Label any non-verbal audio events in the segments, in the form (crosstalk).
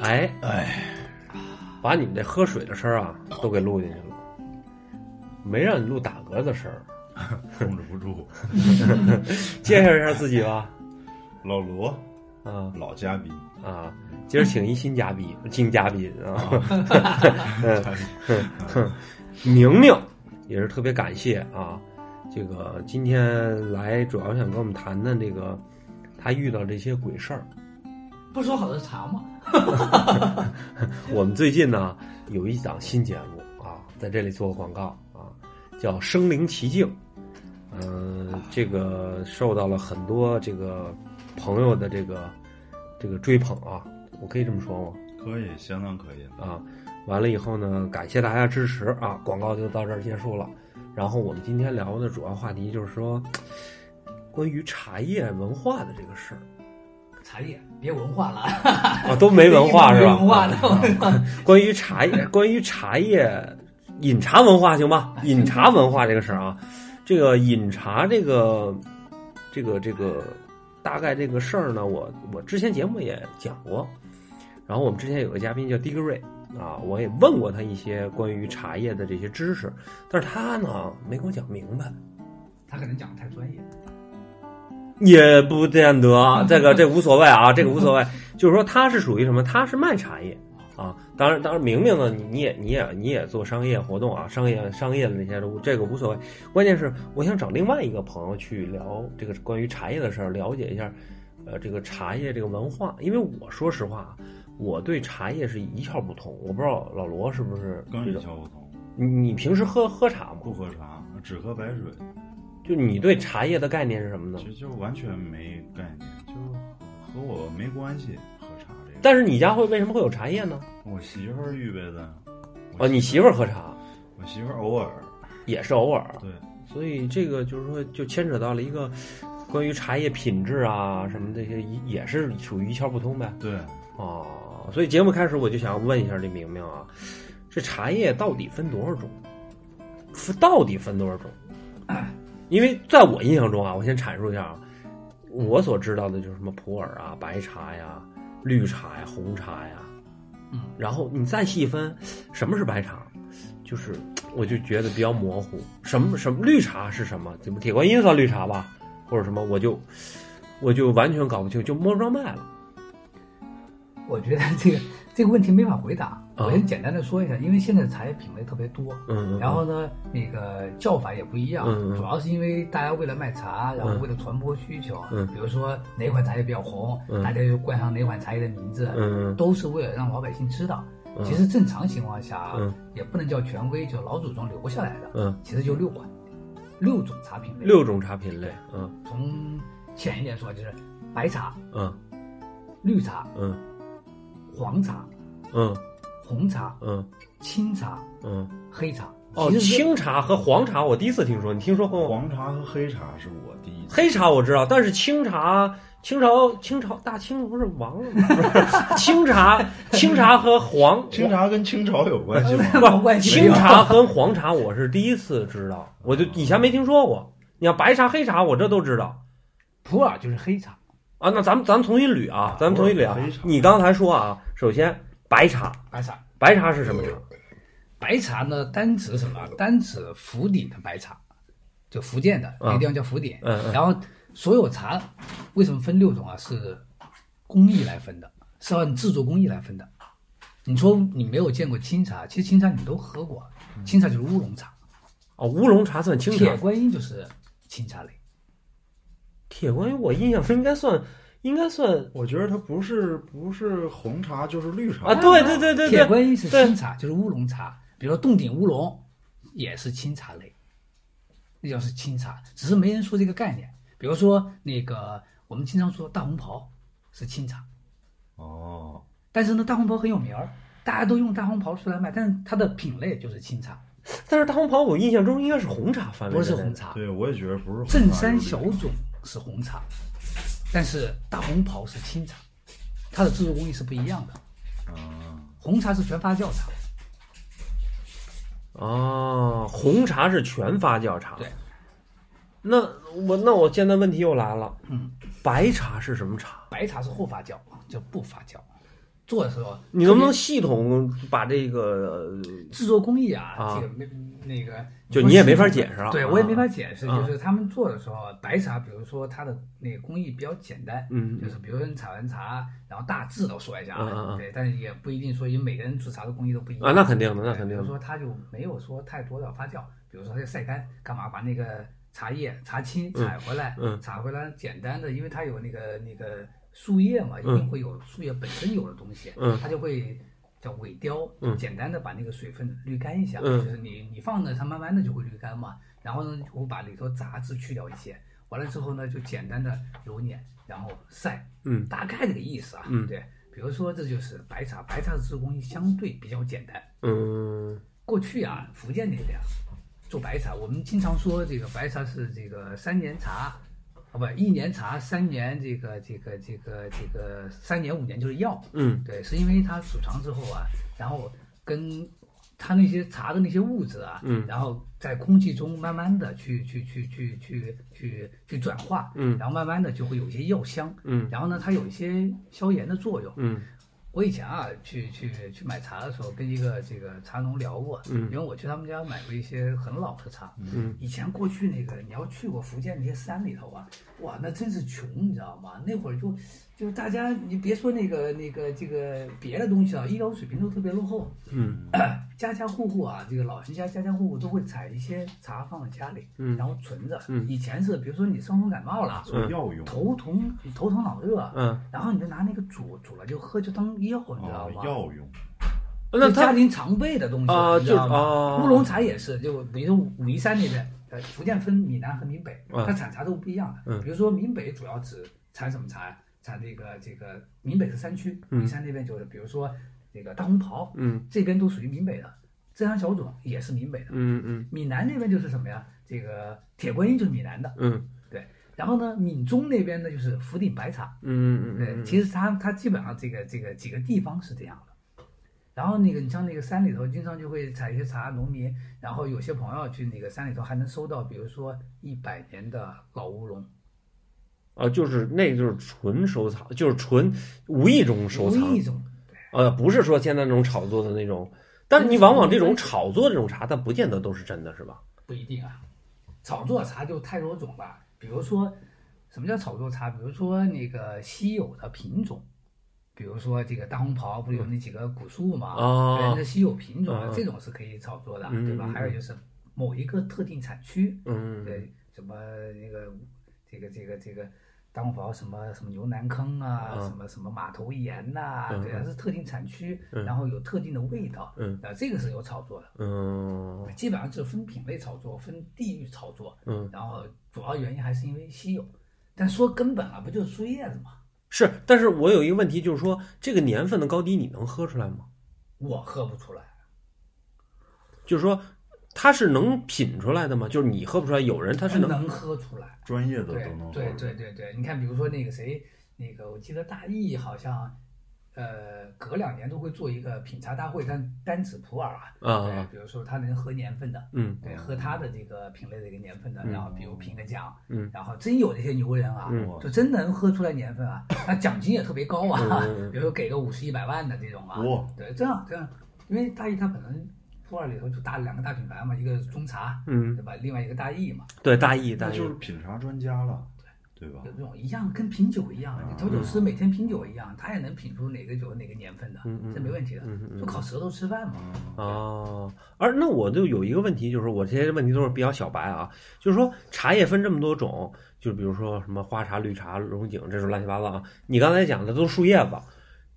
哎把你们这喝水的声儿啊都给录进去了，没让你录打嗝的声儿。控制不住。介绍一下自己吧，老罗，啊老嘉宾，啊，今儿请一新嘉宾，新嘉宾啊，哎嘉宾宁宁也是特别感谢啊，这个今天来主要想跟我们谈谈这个他遇到这些鬼事儿。不说好的茶吗？我们最近呢有一档新节目啊，在这里做个广告啊，叫《身临其境》。嗯、这个受到了很多这个朋友的这个这个追捧啊，我可以这么说吗？可以，相当可以了。啊，完了以后呢，感谢大家支持啊，广告就到这儿结束了。然后我们今天聊的主要话题就是说，关于茶叶文化的这个事儿茶叶别文化了啊，啊，都没文化是吧？没文化啊的，关于茶叶，关于茶叶饮茶文化行吧？饮茶文化这个事儿啊，这个饮茶这个这个这个大概这个事儿呢，我我之前节目也讲过，然后我们之前有个嘉宾叫迪格瑞啊，我也问过他一些关于茶叶的这些知识，但是他呢没给我讲明白。他可能讲的太专业。也不见得，这个这无所谓啊，这个无所谓。就是说，他是属于什么？他是卖茶叶啊。当然，当然，明明呢，你你也你也你也做商业活动啊，商业商业的那些都这个无所谓。关键是，我想找另外一个朋友去聊这个关于茶叶的事儿，了解一下，呃，这个茶叶这个文化。因为我说实话，我对茶叶是一窍不通。我不知道老罗是不是刚这一种。窍不通，你你平时喝喝茶吗？不喝茶，只喝白水，就你对茶叶的概念是什么呢其？实就完全没概念，就和我没关系。喝茶这个，但是你家会为什么会有茶叶呢？我媳妇儿预备的。啊，你媳妇儿喝茶我媳妇儿偶尔，也是偶尔，对，所以这个就是说，就牵扯到了一个关于茶叶品质啊什么这些，也是属于一窍不通呗。对，哦，所以节目开始我就想问一下这明明啊，这茶叶到底分多少种？分到底分多少 (coughs) 种？因为在我印象中啊，我先阐述一下啊，我所知道的就是什么普洱啊、白茶呀、绿茶呀、红茶呀，嗯，然后你再细分，什么是白茶？就是我就觉得比较模糊，什么什么绿茶是什么？怎么铁观音算绿茶吧，或者什么？我就我就完全搞不清，就摸不着脉了。我觉得这个这个问题没法回答。啊我先简单的说一下，因为现在茶叶品类特别多，嗯，嗯然后呢，那个叫法也不一样嗯嗯，主要是因为大家为了卖茶，然后嗯为了传播需求嗯，比如说哪款茶叶比较红嗯，大家就冠上哪款茶叶的名字，嗯都是为了让老百姓知道。嗯其实正常情况下嗯，也不能叫权威，就老祖宗留下来的，嗯，其实就六款，六种茶品类。六种茶品类，嗯从浅一点说，就是白茶、嗯绿茶、嗯黄茶、嗯红茶、嗯清茶、嗯。黑茶。哦，其实是清茶和黄茶我第一次听说，你听说过吗？黄茶和黑茶是我第一次。哦黑茶我知道，但是清茶，清朝清朝大清不是亡了吗？不 (laughs) 是清茶，清茶和黄清茶跟清朝有关系吗？哦没关系清茶跟黄茶我是第一次知道，我就以前没听说过。你要白茶、黑茶，我这都知道普洱就是黑茶，啊。那咱们咱们重新捋啊，咱们重新捋啊黑茶。你刚才说啊，首先白茶，白茶。白茶是什么茶？白茶呢，单指什么？单指福鼎的白茶，就福建的嗯那个地方叫福鼎。嗯嗯然后所有茶为什么分六种啊？是工艺来分的，是按制作工艺来分的。你说你没有见过清茶，其实清茶你们都喝过，啊清茶就是乌龙茶，哦，乌龙茶算清茶铁。观音就是清茶类。铁观音，我印象中应该算，应该算 (laughs) 我觉得它不是不是红茶就是绿茶啊，对对对对铁对，观音是清茶，就是乌龙茶，比如说洞顶乌龙也是清茶类，那叫是清茶，只是没人说这个概念。比如说那个我们经常说大红袍是清茶，哦，但是呢大红袍很有名儿，大家都用大红袍出来卖，但是它的品类就是清茶，但是大红袍我印象中应该是红茶范围不内是的，红茶。对，我也觉得不是红茶。正山就是小绿茶种是红茶，但是大红袍是清茶，它的制作工艺是不一样的。啊，红茶是全发酵茶，哦，红茶是全发酵茶。对，那我那我现在问题又来了，嗯，白茶是什么茶？白茶是后发酵，叫不发酵。做的时候，你能不特能别系统把这个制作工艺啊，啊这个没那个，就不你也没清楚法解释啊对啊我也没法解释，啊就是他们做的时候，白茶，比如说它的那个工艺比较简单，嗯就是比如说你采完茶，然后大致的说一下嗯啊嗯嗯对，但是也不一定说，因为每个人制茶的工艺都不一样啊？那肯定的，对那肯定比如的。说它就没有说太多的发酵，比如说它就晒干，干嘛把那个茶叶、茶青嗯采回来，嗯采回来简单的，因为它有那个那个树叶嘛，一定会有树叶本身有的东西，嗯它就会叫尾雕，嗯简单的把那个水分滤干一下，嗯就是你你放着它慢慢的就会滤干嘛，然后呢我把里头杂质去掉一些，完了之后呢就简单的揉捻，然后晒，嗯大概这个意思啊，嗯对，比如说这就是白茶，白茶的制作工艺相对比较简单。嗯过去啊，福建那边啊做白茶，我们经常说这个白茶是这个三年茶，啊不，一年茶，三年这个这个这个这个三年五年就是药，嗯对，是因为它储藏之后啊，然后跟它那些茶的那些物质啊，嗯然后在空气中慢慢的去去去去去去去转化，嗯然后慢慢的就会有一些药香，嗯然后呢，它有一些消炎的作用，嗯我以前啊，去去去买茶的时候，跟一个这个茶农聊过，嗯因为我去他们家买过一些很老的茶。嗯以前过去那个，你要去过福建那些山里头啊，哇，那真是穷，你知道吗？那会儿就就是大家，你别说那个那个这个别的东西啊，医疗水平都特别落后，嗯家家户户啊，这个老人家家家户户都会采一些茶放在家里，嗯然后存着。嗯以前是比如说你伤风感冒了，做药用，头疼头疼脑热，嗯，然后你就拿那个煮煮了就喝，就当药，你知道哦吗？，药用，那就家他庭常备的东西啊你知道就是吗？啊乌龙茶也是，就比如说武夷山那边，呃，福建分闽南和闽北，嗯它产茶都不一样的。嗯比如说闽北主要指产什么茶呀？产这个这个闽北是山区，嗯武夷山那边就是，比如说那个大红袍，嗯这边都属于闽北的，浙江小种也是闽北的，嗯嗯闽南那边就是什么呀？这个铁观音就是闽南的，嗯对。然后呢，闽中那边呢就是福鼎白茶，嗯对，嗯，其实它它基本上这个这个几个地方是这样的。然后那个你像那个山里头，经常就会采一些茶，农民，然后有些朋友去那个山里头还能收到，比如说一百年的老乌龙，啊，就是那就是纯收藏，就是纯无意中收无藏意，中，呃，不是说现在那种炒作的那种。但是你往往这种炒作这种茶，它不见得都是真的，是吧？不一定啊。炒作茶就太多种了，比如说什么叫炒作茶？比如说那个稀有的品种，比如说这个大红袍不是有那几个古树嘛？哦对，那稀有品种啊嗯，嗯这种是可以炒作的，嗯对吧嗯？还有就是某一个特定产区，嗯，对，什么那个这个这个这个当宝什么什么牛腩坑啊，嗯什么什么码头盐呐、嗯对，它啊是特定产区，嗯然后有特定的味道，嗯啊，这个是有炒作的，嗯基本上就是分品类炒作，分地域炒作，嗯，然后主要原因还是因为稀有，但说根本啊，不就是树叶子吗？是。但是我有一个问题，就是说这个年份的高低你能喝出来吗？我喝不出来，就是说它是能品出来的吗？就是你喝不出来，有人他是能，能喝出来。专业的对都能对喝对对对，你看，比如说那个谁，那个我记得大义好像，呃，隔两年都会做一个品茶大会，但单指普洱啊，啊对，比如说他能喝年份的，嗯对，喝他的这个品类的一个年份的，然后比如评个奖，嗯然后真有那些牛人啊，嗯就真能喝出来年份啊，那奖金也特别高啊嗯嗯嗯， (laughs) 比如说给个五十一百万的这种啊哇，对，这样这样，因为大义它本身普洱里头就大两个大品牌嘛，一个中茶，嗯对，吧？另外一个大义嘛。对，大意大那意嗯就，是品茶专家了，对吧有？这种一样，跟品酒一样，调酒师每天品酒一样，他也能品出哪个酒哪个年份的哦嗯嗯，这没问题的嗯嗯嗯，就靠舌头吃饭嘛。嗯哦，而那我就有一个问题，就是我这些问题都是比较小白啊，就是说茶叶分这么多种，就比如说什么花茶、绿茶、龙井，这是乱七八糟啊。你刚才讲的都是树叶子，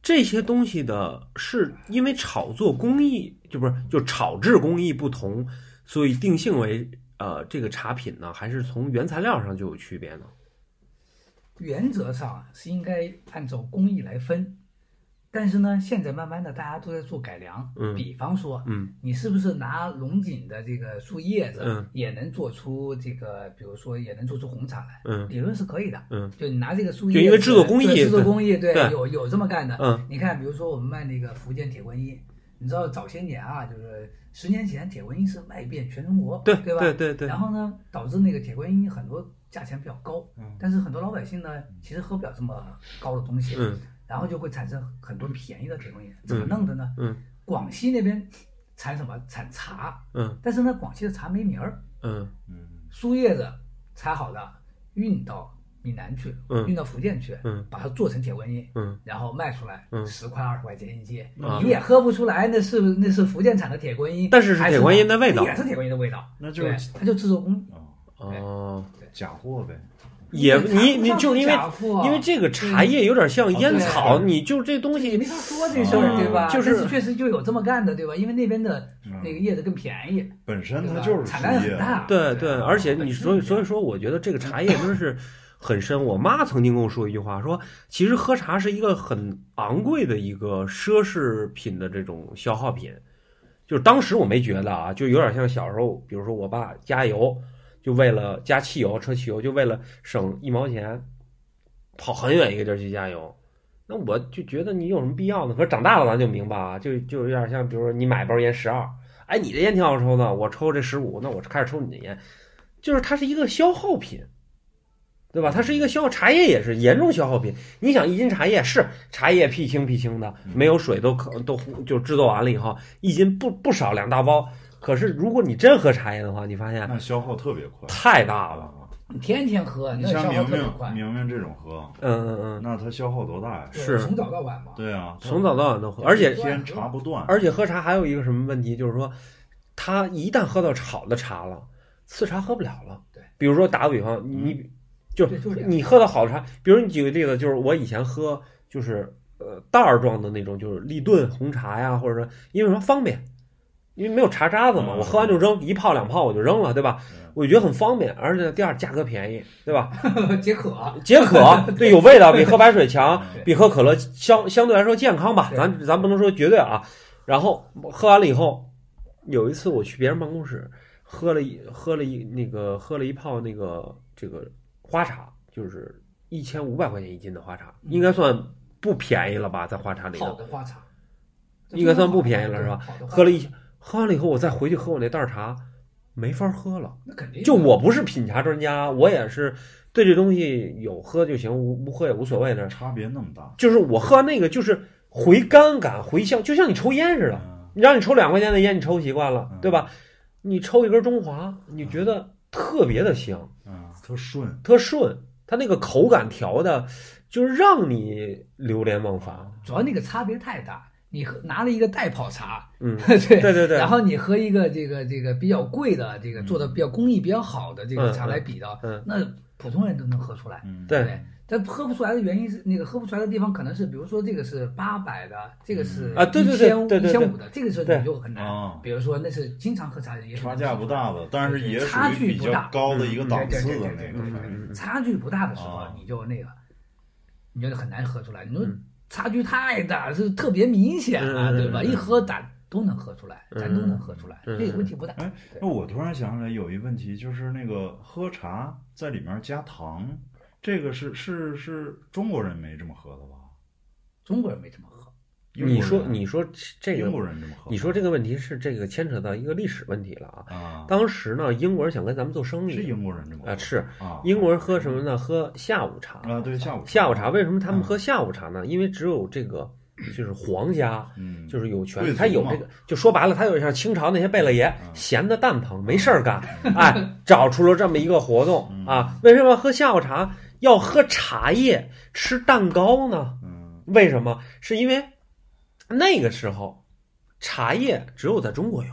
这些东西的是因为炒作工艺，就不是就炒制工艺不同，所以定性为呃这个茶品呢，还是从原材料上就有区别呢？原则上是应该按照工艺来分，但是呢，现在慢慢的大家都在做改良嗯，比方说，嗯你是不是拿龙井的这个树叶嗯子也能做出这个，比如说也能做出红茶来？嗯理论是可以的，嗯就你拿这个树叶就子，因为制作工艺对制作对工艺对对有有这么干的。嗯，你看，比如说我们卖那个福建铁观音，你知道早些年啊，就是十年前铁观音是卖遍全中国，对吧？对对对然后呢，导致那个铁观音很多价钱比较高，嗯但是很多老百姓呢，其实喝不了这么高的东西。嗯然后就会产生很多便宜的铁观音。怎么弄的呢？嗯，广西那边产什么？产茶，嗯但是呢，广西的茶没名儿，嗯嗯输液子采好的运到闽南去，嗯运到福建去，嗯把它做成铁观音。嗯然后卖出来嗯十块二十块钱一斤，啊你也喝不出来那是那是福建产的铁观音，但是是还铁观音的味道也是铁观音的味道，那就对是，它就嗯制作工哦，哦，假货呗，也你你看你不就是因为上是假货因为这个茶叶有点像烟草，对你就这东也没西法说这事儿，啊对吧？就是但确实就有这么干的，对吧？因为那边的那个叶子更便宜，嗯本身对它吧就是产量失业很大对对对，而且本你身所以就所以说，我觉得这个茶叶真是很深。我妈曾经跟我说一句话，说其实喝茶是一个很昂贵的一个奢侈品的这种消耗品，就是当时我没觉得啊，就有点像小时候，比如说我爸加油，就为了加汽油，车汽油就为了省一毛钱，跑很远一个地儿去加油。那我就觉得你有什么必要呢？可是长大了咱就明白啊，就就有点像，比如说你买包烟十二，哎，你的烟挺好抽的，我抽这十五，那我开始抽你的烟，就是它是一个消耗品，对吧？它是一个消耗，茶叶也是严重消耗品。你想一斤茶叶是茶叶屁青屁青的，没有水都可都就制作完了以后，一斤不不少两大包。可是如果你真喝茶叶的话，你发现那消耗特别快太大了。啊！你天天喝，你那消像耗明特别快明，明明这种喝，嗯嗯嗯，那它消耗多大呀？对是从早到晚嘛。对啊，它从早到晚都喝，而且一天茶不断，而且喝茶还有一个什么问题，就是说，他一旦喝到炒的茶了，次茶喝不了了。对，嗯比如说打个比方，你、就对就是这样你喝到好茶，比如你举个例子，就是我以前喝就是呃袋儿装的那种，就是立顿红茶呀，或者说因为什么方便，因为没有茶渣子嘛，嗯我喝完就扔，一泡两泡我就扔了，对吧嗯？我觉得很方便，而且第二价格便宜，对吧？ (laughs) 解渴，解渴， (laughs) 对，有味道，比喝白水强。嗯比喝可乐相相对来说健康吧，对咱咱不能说绝对啊。然后喝完了以后，有一次我去别人办公室，喝了一喝了一那个喝了一泡那个这个花茶，就是一千五百块钱一斤的花茶，应该算不便宜了吧，在花茶里头好的花茶，应该算不便宜了是吧吧喝了一喝完了以后，我再回去喝我那袋儿茶，没法喝了。那肯定的就我不是品茶专家，我也是对这东西有喝就行，无不喝也无所谓的差别那么大，就是我喝完那个就是回甘感、回香，就像你抽烟似的。嗯你让你抽两块钱的烟，你抽习惯了嗯，对吧？你抽一根中华，你觉得特别的香，嗯，特顺，特顺，它那个口感调的，就是让你流连忘返。主要那个差别太大，你喝拿了一个袋泡茶，(laughs) (laughs) 嗯，对对对对然后你和一个这个这个比较贵的这个嗯做的比较工艺比较好的这个茶嗯嗯来比的，嗯那普通人都能喝出来，嗯，对对不对。但喝不出来的原因是，那个喝不出来的地方可能是，比如说这个是八百的，这个是啊对对对对一对千对五的，这个时候对你就很难。啊比如说那是经常喝茶的人，也许差价不大的，但是也属差距于比不大嗯较高的一个对档对次对的对那对嗯个对反对正。差距不大的时候啊，你就那个，你就很难喝出来。你说哦嗯差距太大，是特别明显啊，嗯嗯嗯对吧？嗯一喝咱都能喝出来，嗯咱都能喝出来，嗯这个问题不大。哎，那我突然想起来有一问题，就是那个喝茶在里面加糖，这个是是是中国人没这么喝的吧？中国人没这么喝，英国人你说，你说这英个，国人这么喝，你说这个问题是这个牵扯到一个历史问题了啊。啊，当时呢，英国人想跟咱们做生是意英国人这么喝啊，是啊，英国人喝什么呢？喝下午茶啊，对，下午嗯下午茶为什么他们喝下午茶呢？因为只有这个就是皇家，嗯，就是有权贵利，族他有嘛这个，就说白了，他有点像清朝那些贝勒爷，嗯闲的蛋疼，没事儿 (laughs) 干，哎，找出了这么一个活动嗯啊。为什么要喝下午茶？要喝茶叶，吃蛋糕呢？嗯为什么？是因为那个时候茶叶只有在中国有，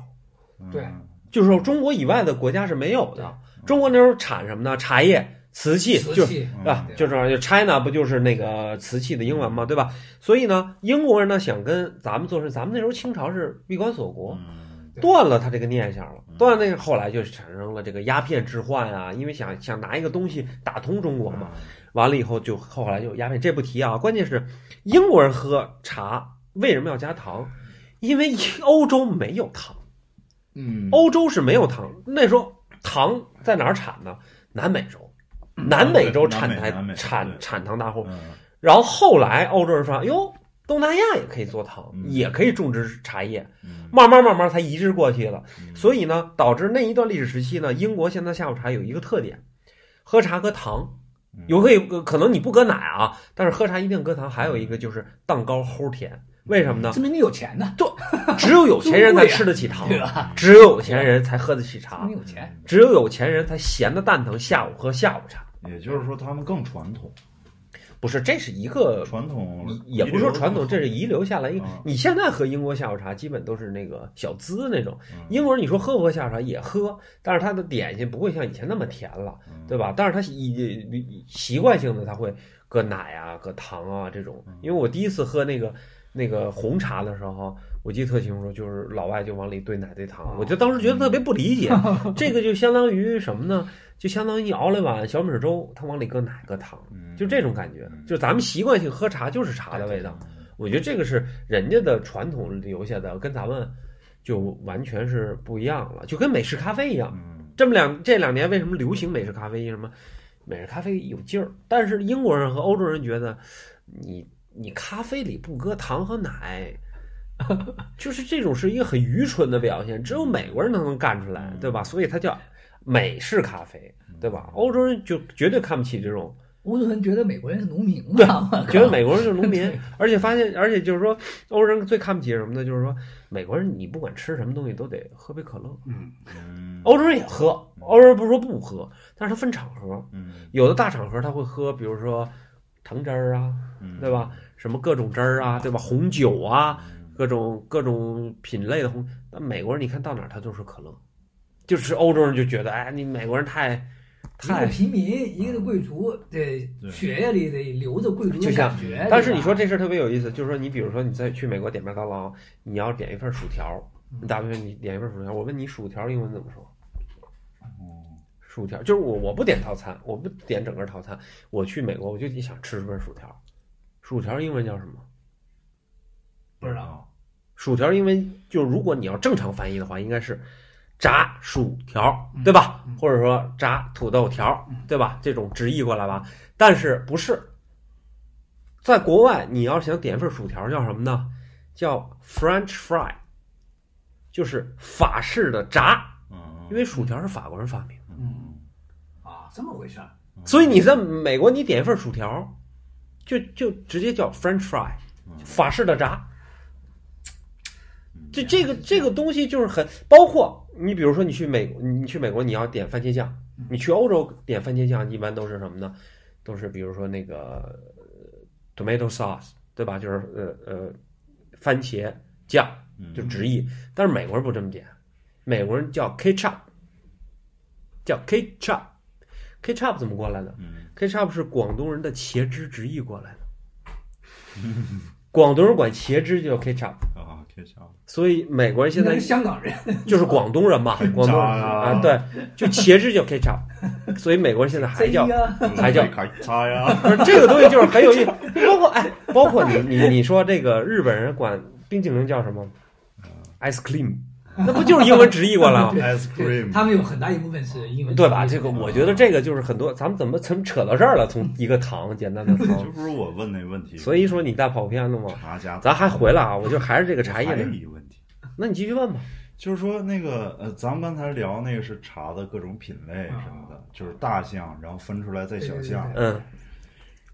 嗯对就是说中国以外的国家是没有的。中国那时候产什么呢？茶叶、瓷器，瓷就是器嗯啊对，就是说 China 不就是那个瓷器的英文嘛，对吧？所以呢，英国人呢想跟咱们做事，咱们那时候清朝是闭关锁国，嗯对断了他这个念想了嗯，断了那个后来就产生了这个鸦片置换啊，因为想想拿一个东西打通中国嗯嘛，完了以后就后来就有鸦片，这不提啊，关键是英国人喝茶为什么要加糖？因为 (laughs) 欧洲没有糖，嗯，欧洲是没有糖，那时候糖在哪儿产呢？南美洲。南美洲产嗯南美南美糖产对产糖大户，嗯然后后来欧洲人说，哟，东南亚也可以做糖，嗯也可以种植茶叶，嗯慢慢慢慢才移植过去了。嗯所以呢，导致那一段历史时期呢，英国现在下午茶有一个特点，喝茶和糖，嗯有可以可能你不搁奶啊，但是喝茶一定搁糖。还有一个就是蛋糕齁甜，为什么 (laughs) 呢？证明你有钱呢，啊只有有钱人才吃得起糖，嗯对吧？只有有钱人才喝得起证茶明，有钱。只有有钱人才闲的蛋疼，下午喝下午茶。也就是说他们更传统，不是，这是一个传统呃也不是说传统，这是遗留下来一个啊。你现在喝英国下午茶，基本都是那个小资那种。嗯英国人你说喝不喝下午茶也喝，但是它的点心不会像以前那么甜了，嗯对吧？但是它习习惯性的它会搁奶啊、搁糖啊这种嗯。因为我第一次喝那个那个红茶的时候，我记得特清楚，就是老外就往里兑奶兑糖哦，我就当时觉得特别不理 (laughs) 解。这个就相当于什么呢？就相当于你熬了碗小米粥，它往里搁奶搁糖。嗯就这种感觉嗯，就咱们习惯性喝茶就是茶的味道。我觉得这个是人家的传统留下的，跟咱们就完全是不一样了，就跟美式咖啡一样。嗯这么两这两年为什么流行美式咖啡？因为什么？美式咖啡有劲儿，但是英国人和欧洲人觉得你你咖啡里不搁糖和奶。 (laughs) 就是这种是一个很愚蠢的表现，只有美国人才能干出嗯来，对吧？所以它叫美式咖啡，嗯对吧？欧洲人就绝对看不起这种欧洲人觉得美国人是农民嘛，我靠觉得美国人就是农民啊 (laughs) 对，而且发现，而且就是说，欧洲人最看不起什么呢？就是说，美国人你不管吃什么东西都得喝杯可乐。嗯，嗯欧洲人也喝，欧洲人不是说不喝，但是他分场合，嗯有的大场合他会喝，比如说橙汁儿啊，嗯对吧？什么各种汁儿啊，对吧？红酒啊，嗯各种各种品类的红。但美国人你看到哪儿他都是可乐，就是欧洲人就觉得，哎，你美国人太 (laughs) 一个太平民，一个是贵族，对，对血液里得流着贵族就的像嗯感觉。但是对吧你说这事儿特别有意思，就是说你比如说你再去美国点麦当劳，你要点一份薯条，你打比方你点一份薯条，我问你薯条英文怎么说？哦薯条就是我我不点套餐，我不点整个套餐，我去美国我就想吃份薯条，薯条英文叫什么？不知道，哦薯条英文就如果你要正常翻译的话，应该是炸薯条，对吧？嗯嗯或者说炸土豆条嗯，对吧？这种直译过来吧，但是不是在国外你要想点份薯条叫什么呢？叫 French fry，就是法式的炸，嗯因为薯条是法国人发明的，嗯啊，这么回事儿，所以你在美国你点一份薯条，就就直接叫 French fry，嗯法式的炸。嗯这这个这个东西就是很包括你，比如说你去美国，你去美国你要点番茄酱嗯，你去欧洲点番茄酱一般都是什么呢？都是比如说那个呃 tomato sauce，对吧？就是呃呃番茄酱，嗯就直译。但是美国人不这么点，美国人叫 ketchup，叫 ketchup，ketchup 怎么过来的嗯？ketchup 是广东人的茄汁直译过来的，广东人管茄汁就叫 ketchup。啊，开 (laughs) 窍所以美国人现那在是香港人，就是广东人嘛，广东人渣呀啊，对，就茄汁叫 ketchup，所以美国人现在还叫这，个还叫开窍 (laughs) 呀，不是这个东西就是很有意思，包括哎，包括你你你说这个日本人管冰淇淋叫什么？ice cream，那不就是英文直译过来吗？ ，ice cream，他们有很大一部分是因为对吧？这个啊我觉得这个就是很多，咱们怎么怎么扯到这儿了？从一个糖简单的糖哦这，不是我问那问题，哦所以说你带跑偏了嘛。茶加咱还回来啊，我就还是这个茶叶还有那，一个问题，那你继续问吧。就是说那个呃，咱们刚才聊那个是茶的各种品类啊什么的，就是大项，然后分出来再小项，嗯，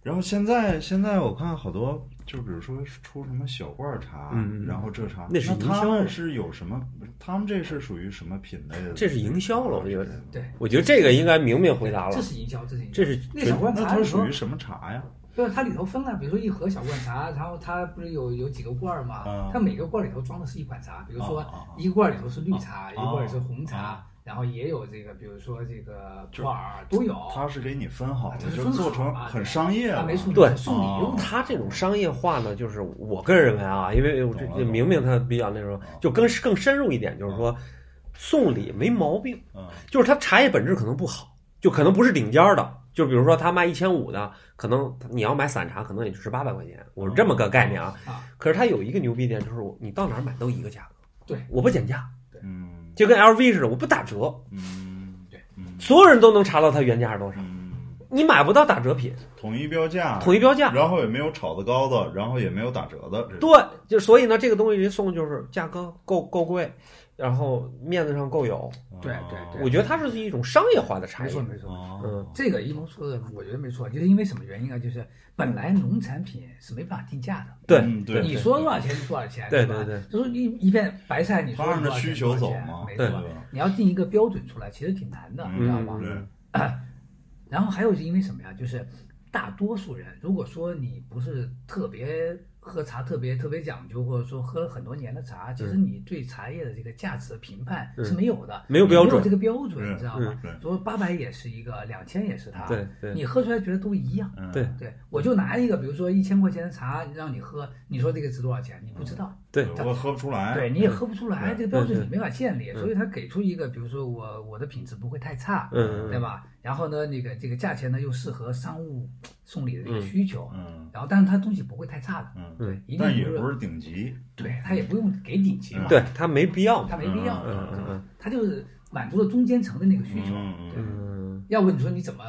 然后现在现在我看好多，就比如说出什么小罐茶，嗯嗯然后这茶，那是营销他们是有什么？他们这是属于什么品类的？这是营销了我觉得对，我觉得这个应该明明回答了这，是营销，这是营销。这是那小罐那茶它里是头属于，什么茶呀？就是啊它里头分了，比如说一盒小罐茶，然后它不是有有几个罐儿嘛嗯？它每个罐儿里头装的是一款茶，比如说啊啊啊一个罐儿里头是绿茶，一个罐儿里头是红茶啊，然后也有这个，比如说这个就是普洱都有。它是给你分好哦啊的，它是就分做好成啊很对商业它了。啊没送你，对送礼用的。他这种商业化呢，就是我个人认为啊，因为我这懂了这明明他比较那种，就更更深入一点，就是说送礼没毛病，嗯就是他茶叶本质可能不好，就可能不是顶尖儿的，就比如说他卖一千五的，可能你要买散茶，可能也就值八百块钱，我是这么个概念啊。啊，可是他有一个牛逼点，就是我你到哪儿买都一个价格，对，我不减价，嗯就跟 LV 似的，我不打折，嗯，对嗯，所有人都能查到它原价是多少，嗯，你买不到打折品，统一标啊价，统一标价。然后也没有炒得高的，然后也没有打折的，这种对，就所以呢，这个东西人送就是价格够够贵，然后面子上够有。对啊对对我觉得它是一种商业化的产没错业。没错，哦嗯啊这个一龙说的我觉得没错，就是因为什么原因啊？就是本来农产品是没办法定价的，对嗯对你说多少钱就多少钱，对是吧？对对就是一一片白菜，你说他按多着少钱需求走嘛多少，钱没对错，吧？你要定一个标准出来，其实挺难嗯的，你知道吗？对，然后还有是因为什么呀？就是大多数人，如果说你不是特别喝茶特别特别讲究，或者说喝了很多年的茶，其实你对茶叶的这个价值的评判嗯是没有的，没有标准没有这个标准，嗯你知道嗯吗嗯？说八百也是一个，两千也是它，对对你喝出来觉得都一样。嗯对对，我就拿一个，比如说一千块钱的茶让你喝，你说这个值多少钱？你不知道，对我喝不出来，对，你也喝不出来，对这个标准对你没法建立，嗯所以他给出一个，比如说我我的品质不会太差，嗯嗯对吧？然后呢，那个这个价钱呢又适合商务送礼的这个嗯需求，嗯然后但是它东西不会太差的，嗯，对，一定但也不不是，是顶级，对，它也不用给顶级嘛，对，它没必要嘛。它没必要，嗯嗯嗯它就是满足了中间层的那个需求，嗯对，嗯要不你说你怎么？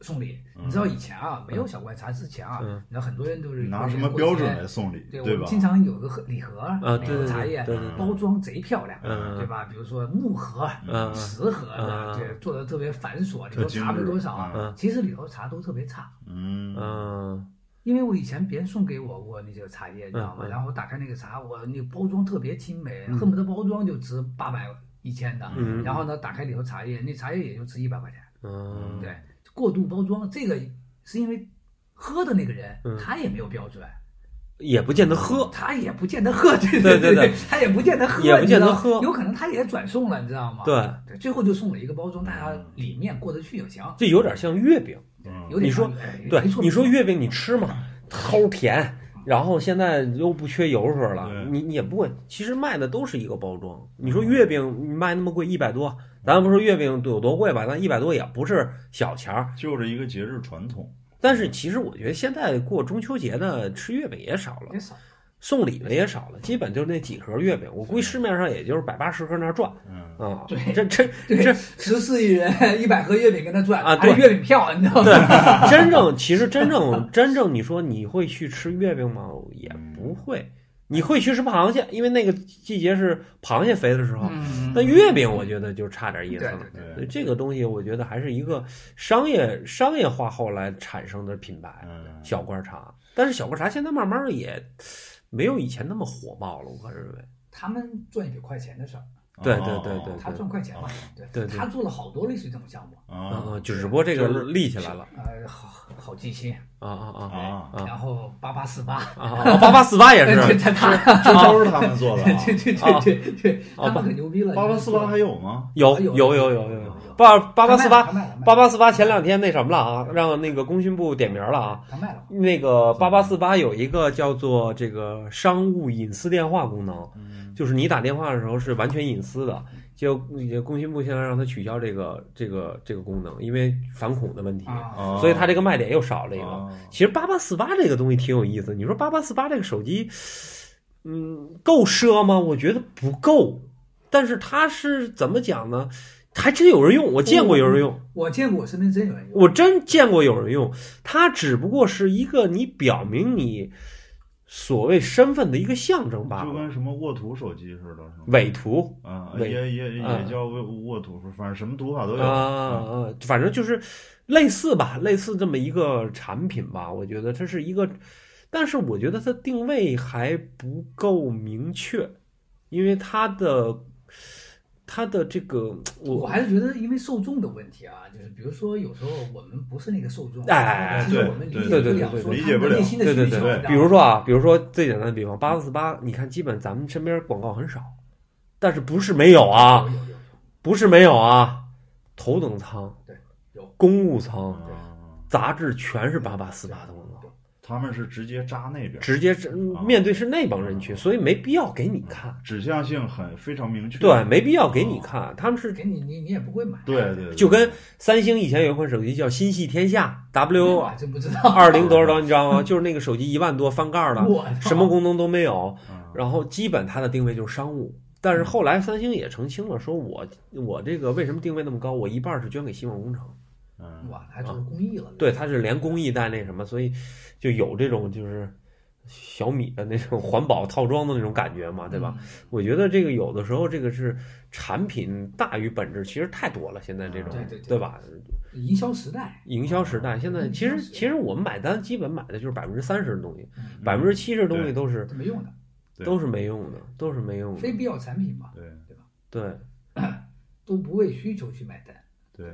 送礼，嗯你知道以前啊，没有小罐茶之前啊，嗯你知道很多人都是拿过什年么过标节准来送礼，对，对我吧们？经常有个盒礼盒啊啊那对个对茶对叶对对对包装贼漂亮，嗯对吧？比如说木盒、嗯石盒的，嗯对，做的特别繁琐，里特头精茶没致多少啊嗯，其实里头茶都特别差。嗯嗯因为我以前别人送给我过那个茶叶，你知道吗？嗯嗯然后我打开那个茶，我那个包装特别精美，恨不得包装就值八百一千的。嗯然后呢，打开里头茶叶，那茶叶也就值一百块钱。嗯对，过度包装，这个是因为喝的那个人嗯他也没有标准，也不见得喝。他也不见得喝，对对对对对，他也不见得喝，也不见得你知道喝有可能他也转送了，你知道吗？对，对，最后就送了一个包装，大家里面过得去就行，这有点像月饼。嗯有点你说像哎对没，错嗯你说月饼你吃嘛，齁甜，然后现在又不缺油水了对，你你也不会，其实卖的都是一个包装。你嗯说月饼你卖那么贵，一百多，咱不说月饼有多贵吧，咱一百多也不是小钱儿。就着一个节日传统，但是其实我觉得现在过中秋节呢，吃月饼也少了也，少，送礼的也少了，基本就是那几盒月饼。我估计市面上也就是百八十盒那儿转嗯，啊 (laughs) 对，这这对，这十四亿人一百盒月饼跟他赚啊还有对月饼票，你知道吗？对， (laughs) 真正其实真正真正你说你会去吃月饼吗？也不会，你会去吃螃蟹，因为那个季节是螃蟹肥的时候。嗯，但月饼我觉得就差点意思对对了。对，所以对，这个东西我觉得还是一个商业商业化后来产生的品牌嗯，小罐茶。但是小罐茶现在慢慢也没有以前那么火爆了，我个人认为。他们赚一笔快钱的事儿，对哦对对对他赚快钱嘛，对对他做了好多类似于这种项目，嗯啊嗯，就只不过这就个是立起来了呃，好好记性，啊啊啊，啊然后八八四八，啊 (laughs) 啊！八八四八也哎对是对他这都是他们做的啊， (laughs) 对对对对对，哦他们可牛逼了，八八四八还有吗？有有有有有有八八八四八他卖了，八八四八前两天那什么了啊，让那个工信部点名了啊。他卖了，那个八八四八有一个叫做这个商务隐私电话功能，嗯就是你打电话的时候是完全隐私的。就工信部现在让他取消这个这个这个功能，因为反恐的问题，啊，哦所以它这个卖点又少了一个。啊其实八八四八这个东西挺有意思，你说八八四八这个手机，嗯，够奢吗？我觉得不够，但是它是怎么讲呢？还真有人用，我见过有人用，我见过，我身边真有人用。我真见过有人用。它只不过是一个你表明你所谓身份的一个象征罢就了，跟什么沃土手机似的，是吗？伪图啊，伪也也啊也叫沃沃土，反正什么土法都啊有。嗯啊，反正就是类似吧，类似这么一个产品吧。我觉得这是一个，但是我觉得它定位还不够明确，因为它的它的这个我我还是觉得，因为受众的问题啊，就是比如说，有时候我们不是那个受众，哎其实对我们理解对不对了，对对说他们理解不了内心的对需对求，你知道对吗，比如说啊，比如说最简单的比方，八四八，你看基本咱们身边广告很少，但是不是没有啊有，有有不是没有啊，头等舱对有公务舱啊杂志全是八八四八的广告。他们是直接扎那边，直接是啊面对是那帮人群，所以没必要给你看，指向性很非常明确。对，没必要给啊你看。他们有是给你你你也不会买，对对，对就跟三星以前有一款手机叫心系天下 W 我真不知 (laughs) 道，二零多少多，你知道吗？就是那个手机一万多翻盖的，我什么功能都没有，啊然后基本它的定位就是商务。但是嗯后来三星也澄清了，说我我这个为什么定位那么高？我一半是捐给希望工程，嗯哇，还做公益了，对，它是连公益带那什么，所以就有这种就是小米的那种环保套装的那种感觉嘛，对嗯吧？？我觉得这个有的时候这个是产品大于本质，其实太多了。现在这种，对对对吧？嗯营销时代，营销时代，现在其实其实我们买单基本买的就是百分之三十的东西，百分之七十的东西对都是嗯这没用的，对都是没用的，都是没用的非。必要产品嘛，对对都不为需求去买单，对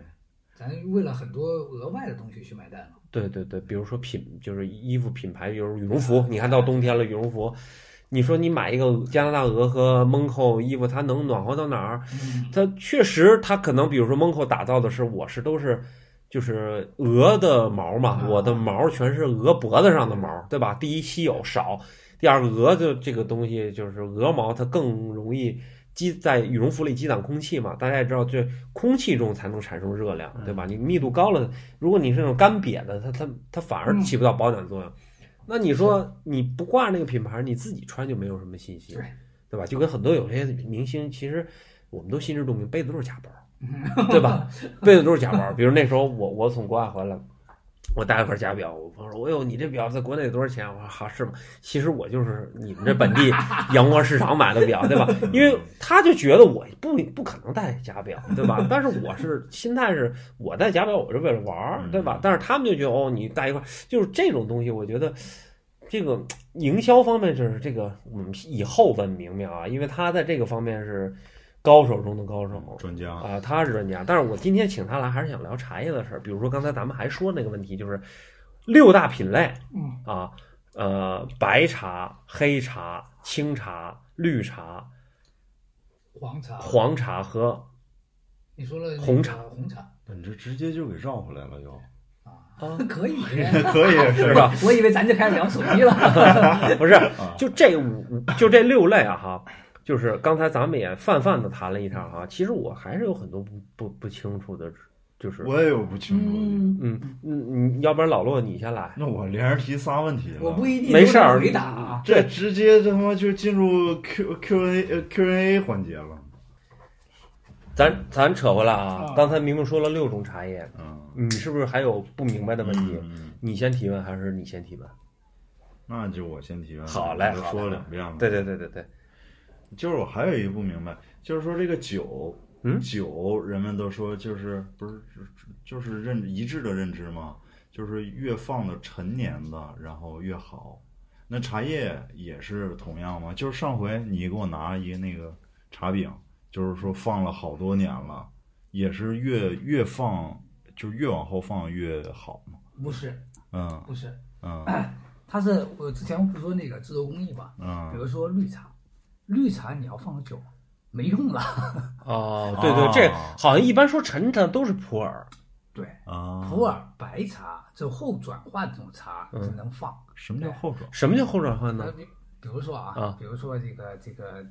咱为了很多额外的东西去买单了。对对对，比如说品就是衣服品牌，比如羽绒服，你看到冬天了，羽绒服，你说你买一个加拿大鹅和蒙蔻衣服，它能暖和到哪儿？嗯，它确实，它可能比如说 Monco 打造的是我是都是就是鹅的毛嘛，啊我的毛全是鹅脖子上的毛，对吧？第一稀有少，第二个鹅的这个东西就是鹅毛，它更容易。积在羽绒服里积攒空气嘛，大家也知道，这空气中才能产生热量，对吧？你密度高了，如果你是那种干瘪的，它它它反而起不到保暖作用。那你说你不挂那个品牌，你自己穿就没有什么信息，对对吧？就跟很多有些明星，其实我们都心知肚明，背的都是假包，嗯对吧？背的都是假包。比如那时候我我从国外回来，我带了块假表，我朋友说：“哎呦，你这表在国内多少钱？”我说：“哈、是吗？”其实我就是你们这本地阳光市场买的表，对吧？因为他就觉得我不不可能戴假表，对吧？但是我是心态是，我戴假表我是为了玩儿，对吧嗯？但是他们就觉得哦，你戴一块，就是这种东西，我觉得这个营销方面就是这个我们以后问明明啊，因为他在这个方面是高手中的高手。专家，啊，他是专家，但是我今天请他来还是想聊茶叶的事儿。比如说刚才咱们还说那个问题，就是六大品类嗯，啊，呃，白茶、黑茶、青茶、绿茶、黄茶，黄茶和你说了那个红茶，红茶你这直接就给绕回来 (laughs) 了，又啊， (laughs) 啊，可以，可以是是？吧？ (laughs) 我以为咱就开始聊手机 (laughs) 了。啊不是，就这五，就这六类啊，哈，就是刚才咱们也泛泛的谈了一场啊，其实我还是有很多不不不清楚的，就是我也有不清楚的，嗯，嗯嗯，你要不然老骆你先来，那我连着提仨问题了，我不一定没事儿都能回答啊。这直接他妈就进入 Q Q A Q A 环节了，咱咱扯回来啊啊，刚才明明说了六种茶叶，嗯，你是不是还有不明白的问题？嗯你先提问还是你先提问？那就我先提问，好嘞我都好嘞说了两遍了，对对对对对，就是我还有一个不明白，就是说这个酒，嗯酒人们都说就是不是就是认一致的认知嘛，就是越放的陈年的，然后越好。那茶叶也是同样吗？就是上回你给我拿了一个那个茶饼，就是说放了好多年了，也是越越放就是越往后放越好嘛。不是，嗯不是，嗯它是我之前不是说那个制作工艺嘛，比嗯，如说绿茶，绿茶你要放久没用了。哦，啊对对，这好像一般说陈的都是普洱， (laughs) 对，啊，普洱白茶这后转化这种茶嗯只能放。什么叫后转？什么叫后转换那呢？比比如说嗯啊啊，比如说这个这个，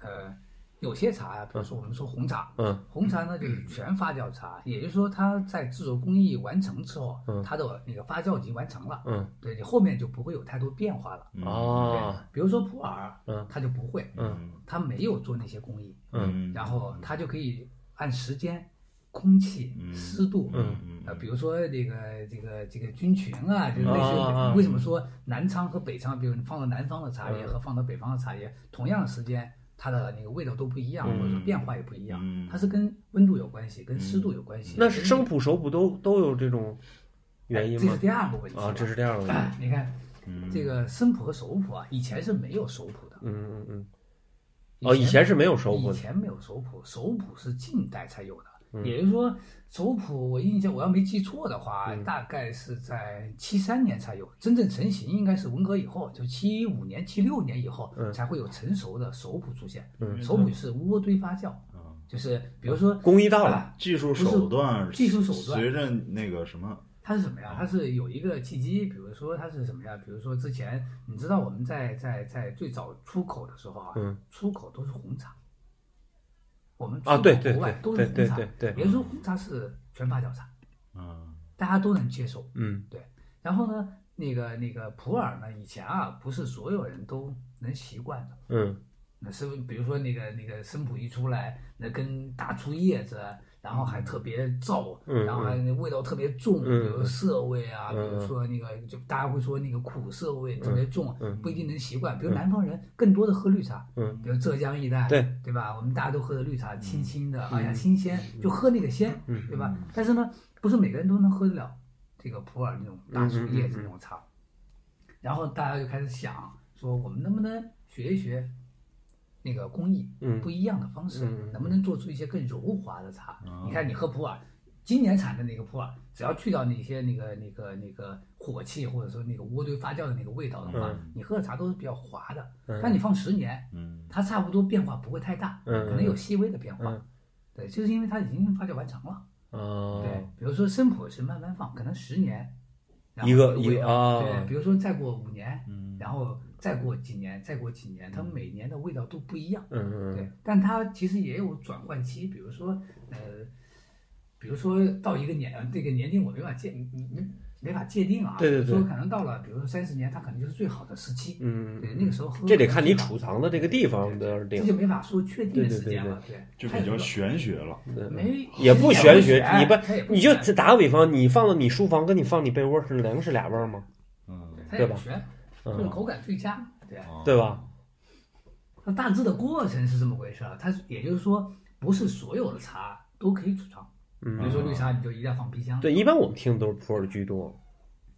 呃，有些茶呀，比如说我们说红茶，嗯红茶呢就是全发酵茶，也就是说它在制作工艺完成之后嗯，它的那个发酵已经完成了，嗯，对你后面就不会有太多变化了。嗯，啊哦，比如说普洱，嗯它就不会，嗯它没有做那些工艺，嗯然后它就可以按时间、空气、嗯湿度，嗯嗯呃，比如说这个这个这个菌群啊，就是类似于、啊啊嗯啊为什么说南昌和北昌，比如你放到南方的茶叶和放到北方的茶叶，同样的时间，它的那个味道都不一样，嗯或者说变化也不一样，嗯它是跟温度有关系，跟湿度有关系。嗯那是生跟普熟不都都有这种原因哎这吗是？第二个问题啊，这是、是这样的问题。 (coughs) 你看嗯这个生普和熟普啊，以前是没有熟普的。嗯嗯嗯，哦，以前是没有熟普以的，嗯前没有手谱，手谱是近代才有的。也就是说，手谱我印象我要没记错的话，嗯大概是在七三年才有，真正成型应该是文革以后，就七五年、七六年以后、嗯才会有成熟的手谱出现。嗯手谱是渥堆发酵，嗯就是比如说工艺到啊了，技术手段，技术手段随着那个什么，它是什么呀？它是有一个契机，比如说它是什么呀？比如说之前你知道我们在在在最早出口的时候啊，嗯出口都是红茶，我们出啊口对对国外对都是对红茶对对，对也就是说红茶是全发酵茶，嗯大家都能接受。嗯然后呢，那个那个普洱呢，以前啊不是所有人都能习惯的，嗯那是比如说那个那个生普一出来，那跟大粗叶子，然后还特别燥，嗯然后还味道特别重，嗯比如涩味啊，嗯比如说那个就大家会说那个苦涩味特别重，嗯不一定能习惯。比如南方人更多的喝绿茶，嗯比如浙江一带，对对吧？我们大家都喝的绿茶，清清的，哎呀，新鲜，就喝那个鲜，嗯对吧？但是呢，不是每个人都能喝得了这个普洱那种大树叶子那种茶。然后大家就开始想说，我们能不能学一学那个工艺嗯不一样的方式，嗯嗯能不能做出一些更柔滑的茶？哦你看，你喝普洱，今年产的那个普洱，只要去掉那些那个那个那个火气或者说那个渥堆发酵的那个味道的话，嗯你喝的茶都是比较滑的。嗯但你放十年，嗯它差不多变化不会太大，嗯可能有细微的变化。嗯对，就是因为它已经发酵完成了。哦，对，比如说生普是慢慢放，可能十年，然后一个有一味个道啊对，比如说再过五年，嗯然后再过几年，再过几年，它每年的味道都不一样，嗯对嗯，但它其实也有转换期，比如说呃，比如说到一个年呃这个年龄我没法界，你你没法界定啊，对对对说可能到了，比如说三十年，它可能就是最好的时期，嗯对，那个时候喝这得看你可能储藏的这个地方的这定就，没法说确定对的对时对间对了，对，就它也比较不玄学了。没也不玄学，你不不它也不你就玄打个比方，你放到你书房跟你放你被窝是能是俩味儿吗？嗯，它对也吧不全，嗯就是口感最佳，对啊。哦对吧？那大致的过程是这么回事儿，它是也就是说，不是所有的茶都可以储藏。比如嗯，说绿茶，你就一定要放冰箱里。对，一般我们听的都是普洱居多。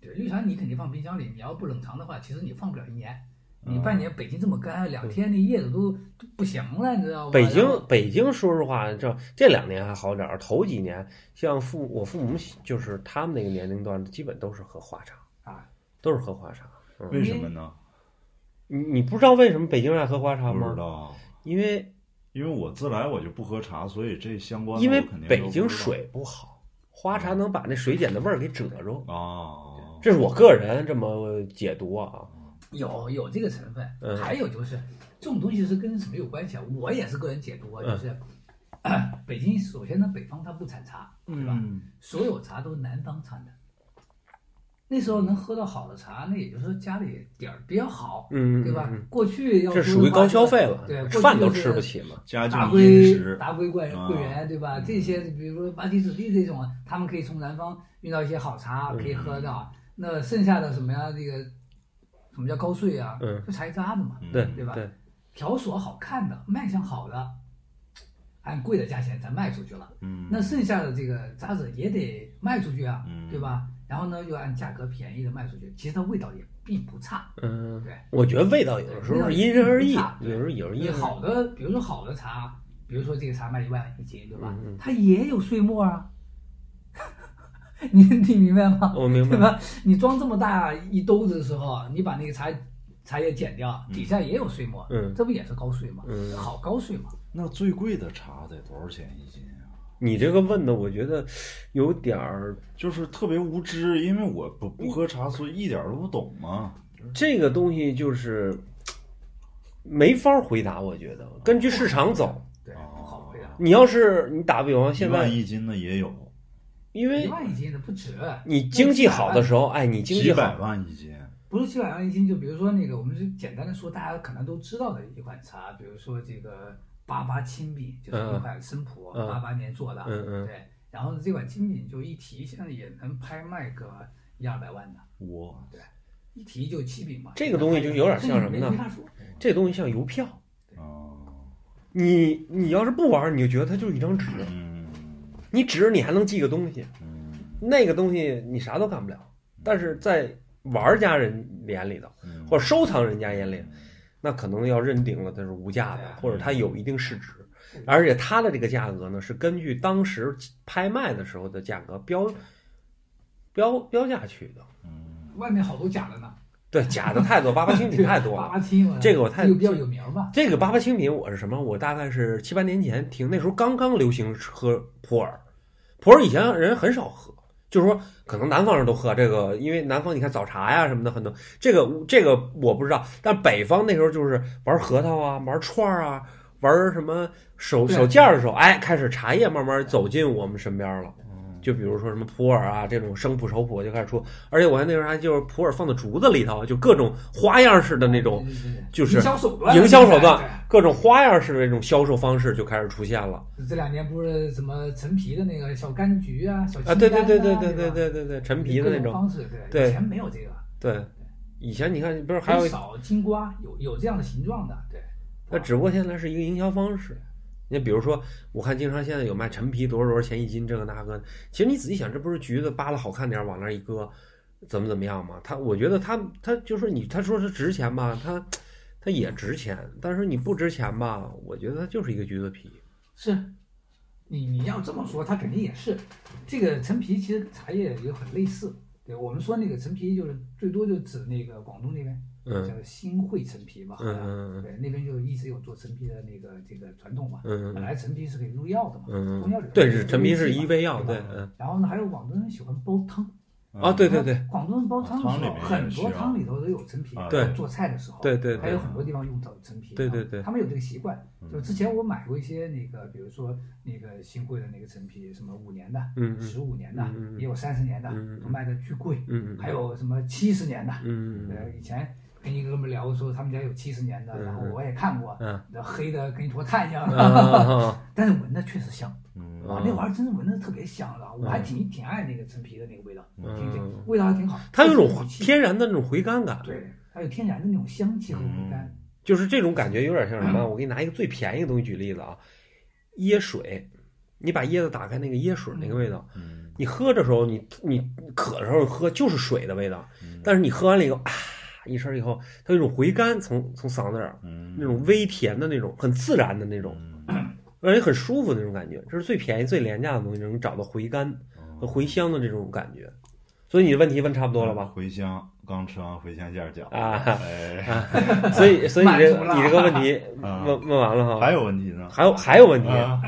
对，绿茶你肯定放冰箱里，你要不冷藏的话，其实你放不了一年。嗯你半年北京这么干，两天那叶子都都不行了，你知道吗？北京然后北京，说实话，这这两年还好点儿，头几年像父我父母就是他们那个年龄段，基本都是喝花茶啊，都是喝花茶。嗯为什么呢？你你不知道为什么北京人爱喝花茶不知吗？道，因为因为我自来我就不喝茶，所以这相关的因为我肯定都北不京知道啊水不好，花茶能把那水碱的味儿给遮住。哦，这是我个人这么解读啊，有有这个成分，嗯还有就是这种东西是跟什么有关系啊？我也是个人解读啊，嗯就是、 (clears throat) 北京首先呢，北方它不产茶，对吧？嗯所有茶都是南方产的。那时候能喝到好的茶，那也就是说家里底儿比较好，嗯，对吧嗯？嗯过去要这说属于的话高消费了对，，饭都过去就是吃不起了。家境达殷官实，达官贵啊嗯贵人，对吧？这些比如说八旗子弟这种，啊他们可以从南方运到一些好茶，可以嗯喝到。那剩下的什么呀？这个什么叫高税啊？嗯就茶叶渣子嘛，嗯对对吧对，条索好看的，卖相好的，按贵的价钱咱卖出去了。嗯，那剩下的这个渣子也得卖出去啊，嗯对吧？然后呢，又按价格便宜的卖出去，其实它味道也并不差。嗯对，我觉得味道有的时候是因人而异，有时候有人因为因好的，比如说好的茶，比如说这个茶卖一万一斤，对吧？嗯嗯它也有碎末啊， (laughs) 你你明白吗？我哦明 (laughs) 对白。吧？你装这么大一兜子的时候，你把那个茶茶叶剪掉，底下也有碎末，嗯这不也是高税吗？嗯好高税嘛。那最贵的茶得多少钱一斤啊？你这个问的，我觉得有点儿，就是特别无知，因为我不不喝茶，所以一点都不懂嘛。嗯这个东西就是没法回答。我觉得根据市场走，对，不哦好啊回答。你要是你打比方，现一在万一斤的也有，因一为万一斤的不止，你经济好的时候，哎，你经济几百好，万一斤，不是七百万一斤，就比如说那个，我们就简单的说，大家可能都知道的一款茶，比如说这个八八青饼，就是一款生普嗯八八年做的，嗯嗯对。然后这款青饼就一提，现在也能拍卖个一二百万的，我一提就七饼嘛。这个东西就有点像什么呢这没法说，这东西像邮票，哦啊，你你要是不玩儿，你就觉得它就是一张纸，嗯你纸你还能记个东西，嗯那个东西你啥都干不了。但是在玩家人眼里头，嗯，或者收藏人家眼里，那可能要认定了它是无价的，或者它有一定市值，而且它的这个价格呢是根据当时拍卖的时候的价格标标标价去的。嗯外面好多假的呢，对，假的太多，八八精品太多八了。八青嘛，这个我太就比较有名吧。这个八八精品我是什么？我大概是七八年前听，那时候刚刚流行喝普洱，普洱以前人很少喝，就是说可能南方人都喝这个，因为南方你看早茶呀什么的很多。这个这个我不知道，但北方那时候就是玩核桃啊，玩串儿啊，玩什么手对手件儿的时候，哎，开始茶叶慢慢走进我们身边了。就比如说什么普洱啊这种生普熟普就开始出，而且我看那时候还就是普洱放到竹子里头，就各种花样式的那种对对对对就是营销手段，营销手段对，各种花样式的这种销售方式就开始出现了这两年不是什么陈皮的那个小柑橘啊，小啊！青对柑对啊对对对对对吧对对对，陈皮的那各种种，方式，对，对以前没有这个，对。以前你看，不是还有很少金瓜有有这样的形状的，对，那只不过现在是一个营销方式。你比如说，我看经常现在有卖陈皮多少多少钱一斤，这个那个。其实你仔细想，这不是橘子扒拉好看点儿往那儿一搁，怎么怎么样吗？他我觉得他他就是你，他说是值钱吧，他他也值钱，但是你不值钱吧，我觉得它就是一个橘子皮。是，你你要这么说，它肯定也是。这个陈皮其实茶叶也很类似，对我们说那个陈皮就是最多就指那个广东那边嗯叫新会陈皮吧，好嗯像嗯对那边就一直有做陈皮的那个这个传统嘛。嗯嗯本来陈皮是可以入药的嘛，嗯中药里嗯面，对，有是陈皮是一一味药，对对吧，嗯然后呢，还有广东人喜欢煲汤，哦啊，对对对然后广东人煲汤的汤时里候，面也很需多要汤里头都有陈皮啊。对做菜的时候，对对还对有很多地方用到陈皮。啊对对对他们有这个习惯。就嗯之前我买过一些那个，比如说那个新会的那个陈皮，什么五年的、嗯嗯十五年的嗯嗯，嗯也有三十年的嗯嗯，都卖的巨贵。嗯嗯，还有什么七十年的？嗯嗯呃，以前跟一个哥们聊说他们家有七十年的，嗯然后嗯我也看过，嗯 (laughs) 那黑的跟一坨炭一样，嗯啊， (laughs) 但是闻的确实香。嗯哇，嗯那玩意儿真是闻着特别香的，我还嗯挺挺爱那个陈皮的那个味道，嗯挺挺味道还挺好。它有种有气天然的那种回甘感。对，还有天然的那种香气和回甘。嗯就是这种感觉有点像什么？我给你拿一个最便宜的东西举例子啊，椰水，你把椰子打开，那个椰水那个味道，嗯你喝的时候，你你渴的时候喝就是水的味道，嗯但是你喝完了以后啊一声以后，它有一种回甘从从嗓子眼儿，嗯那种微甜的那种，很自然的那种，嗯而且很舒服的那种感觉，这是最便宜最廉价的东西，能找到回甘和回香的这种感觉。所以你的问题问差不多了吧？茴香嗯刚吃完茴香馅儿饺子啊哎，所以所以你这满足了你这个问 (laughs) 题啊问问完了哈？ (laughs) 还有问题呢？还有还有问题？啊，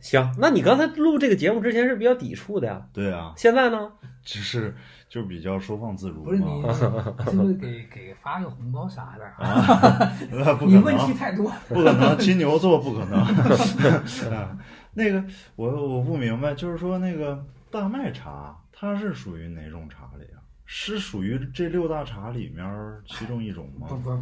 行，那你刚才录这个节目之前是比较抵触的呀，对啊，现在呢？就是就比较收放自如不是你嘛， (laughs) 啊是不是给给发个红包 (laughs) 啥的？那不你可问题能，啊太多。 (laughs) 不可能，金牛座不可能。 (laughs) 啊那个我我不明白，就是说那个大麦茶它是属于哪种茶类啊？是属于这六大茶里面儿其中一种不吗？不不是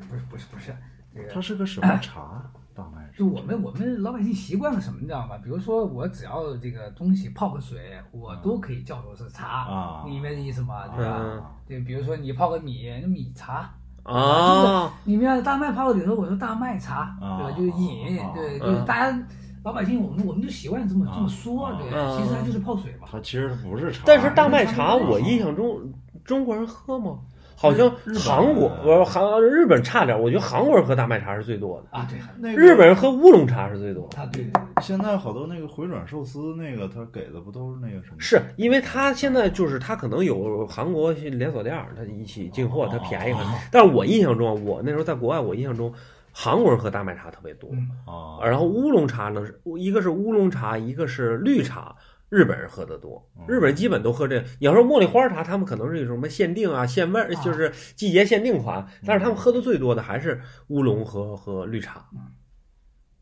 不是不是不是这个它。是个什么 (coughs) 茶？大麦茶就我们我们老百姓习惯了什么，你知道吗？比如说我只要这个东西泡个水，我都可以叫做是茶，啊你明白这意思吗？对吧？嗯对，比如说你泡个米，那米茶，啊，你们要大麦泡里头，我说大麦茶，对吧？啊就是饮，啊啊对，就是大家老百姓，我们我们就习惯这么这么说，啊对，啊其实它就是泡水嘛。它其实不是茶，但是大麦茶我印象中中国人喝吗？好像日本韩国人不是韩日本差点，我觉得韩国人喝大麦茶是最多的，啊，对，那个日本人喝乌龙茶是最多的。啊，对对对，现在好多那个回转寿司那个，他给的不都是那个什么？是因为他现在就是他可能有韩国连锁店儿，他一起进货，他便宜很多。但是我印象中，我那时候在国外，我印象中韩国人喝大麦茶特别多，嗯，啊，然后乌龙茶呢，是一个是乌龙茶，一个是绿茶。日本人喝的多，日本人基本都喝这个。你要说茉莉花茶，他们可能是有什么限定啊、限味儿，啊就是季节限定款，但是他们喝的最多的还是乌龙和和绿茶嗯。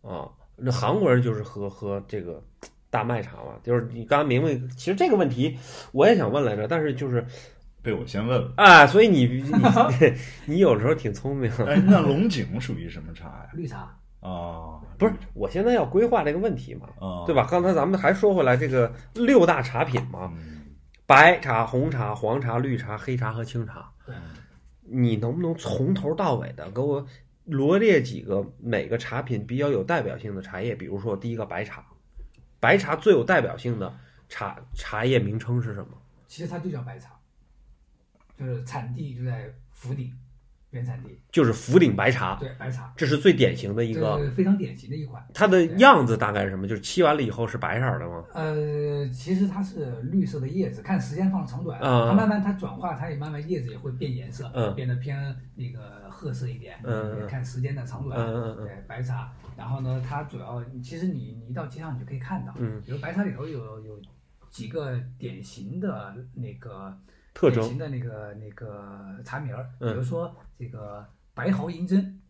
啊，那韩国人就是喝喝这个大麦茶嘛，就是你刚才明白，其实这个问题我也想问来着，但是就是被我先问了。啊，所以你你你有时候挺聪明，哎，那龙井属于什么茶呀？绿茶，啊，不是？我现在要规划这个问题嘛，啊，对吧？刚才咱们还说回来这个六大茶品嘛，嗯？白茶、红茶、黄茶、绿茶、黑茶和清茶对。你能不能从头到尾的给我罗列几个每个茶品比较有代表性的茶叶？比如说第一个白茶，白茶最有代表性的茶茶叶名称是什么？其实它就叫白茶，就是产地就在福鼎，原产地，就是福鼎白茶，对，白茶，这是最典型的一这个。是非常典型的一款。它的样子大概是什么？就是沏完了以后是白色儿的吗？呃，其实它是绿色的叶子，看时间放长短，嗯它慢慢它转化，它也慢慢叶子也会变颜色，嗯变得偏那个褐色一点，嗯嗯看时间的长短，嗯嗯嗯对，白茶。然后呢，它主要其实你你一到街上你就可以看到，嗯，比如白茶里头有有几个典型的那个特典征型的那个那个茶名儿，比嗯如说这个白毫银针，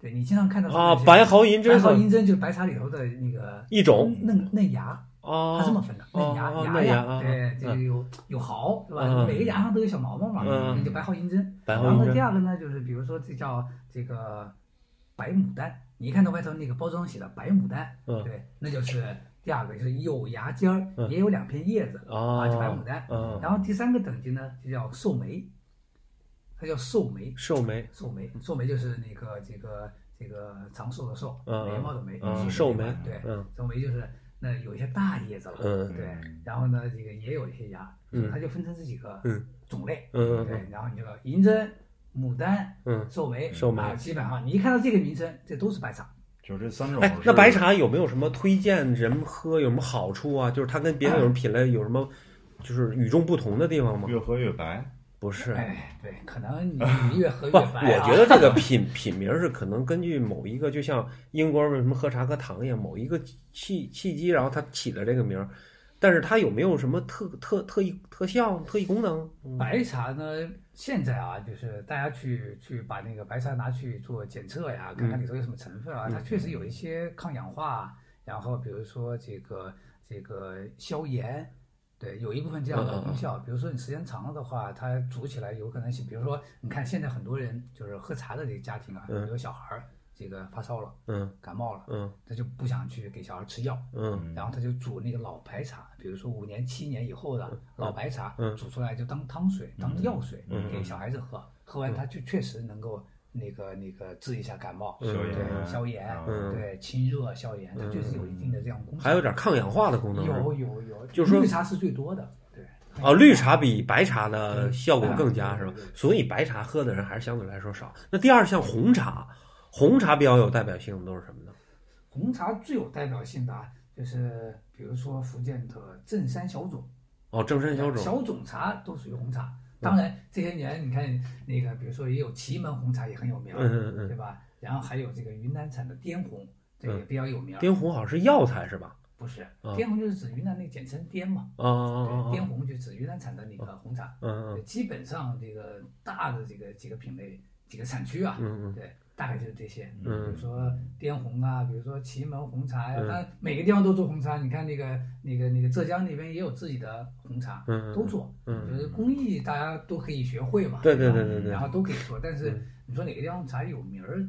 对你经常看到啊，这个白毫银针白毫算银针就是白茶里头的那个一种嫩嫩芽。啊它这么分的，嫩芽哦哦芽嫩芽呀啊，对，这个嗯有有毫，对吧？嗯每个芽上都有小毛毛嘛，嗯那就白毫银针。白毫然后银呢，第针二个呢，就是比如说这叫这个白牡丹，你一看它外头那个包装写的白牡丹，嗯对，那就是第二个，就是有芽尖儿，嗯也有两片叶子，啊啊，就白牡丹。嗯然后第三个等级呢，就叫寿眉，它叫寿眉，寿眉，寿眉，寿眉就是那个这个这个长寿的寿，嗯眉毛的眉，嗯是寿眉眉嘛，对，嗯寿眉就是那有一些大叶子了，嗯对嗯，然后呢，这个也有一些芽，嗯它就分成这几个嗯种类，嗯嗯对，然后你就银针、牡丹、嗯，寿眉，寿眉啊基本上你一看到这个名称，这都是白茶。就这三种是。哎，那白茶有没有什么推荐人喝有什么好处啊？就是它跟别的有什么品类有什么就是与众不同的地方吗？越喝越白，不是，哎，对，可 (laughs) 能你你越喝越不，白我啊。觉得这个品品名是可能根据某一个，就像英国为什么喝茶喝糖一样，某一个契契机，然后他起的这个名儿。但是它有没有什么特特特异特效、特异功能？嗯白茶呢，现在啊，就是大家去去把那个白茶拿去做检测呀，看看里头有什么成分啊，它确实有一些抗氧化，然后比如说这个这个消炎。对，有一部分这样的功效，比如说你时间长了的话，它煮起来有可能是，比如说你看现在很多人就是喝茶的这个家庭啊，嗯有小孩儿这个发烧了、嗯感冒了，嗯他就不想去给小孩吃药，嗯然后他就煮那个老白茶，比如说五年、七年以后的老白茶嗯，煮出来就当汤水、当药水嗯给小孩子喝，喝完他就确实能够那个那个治一下感冒，消对，炎，啊消炎，嗯对，清热消炎，它确实有一定的这样功效。还有点抗氧化的功能。有有有，就是说绿茶是最多的，对。啊，绿茶比白茶的效果更嗯佳是吧对对？对所以白茶喝的人还是相对来说少。那第二像红茶，红茶比较有代表性的都是什么呢？红茶最有代表性的啊，就是比如说福建的正山小种。哦，正山小种，小种茶都属于红茶。当然，这些年你看那个，比如说也有祁门红茶也很有名，嗯嗯嗯对吧？然后还有这个云南产的滇红，这嗯也比较有名。滇红好像是药材是吧？不是啊滇红，就是指云南那个简称滇嘛。啊啊啊对，滇啊！红就指云南产的那个红茶。嗯对嗯基本上这个大的这个几个品类、几个产区啊，嗯嗯对，大概就是这些。嗯比如说滇红啊，比如说祁门红茶呀、嗯当然每个地方都做红茶。你看那个、那个、那个浙江那边也有自己的红茶，嗯嗯都做。嗯就是工艺大家都可以学会嘛，对对吧对对对然后都可以做。但是嗯你说哪个地方茶有名儿？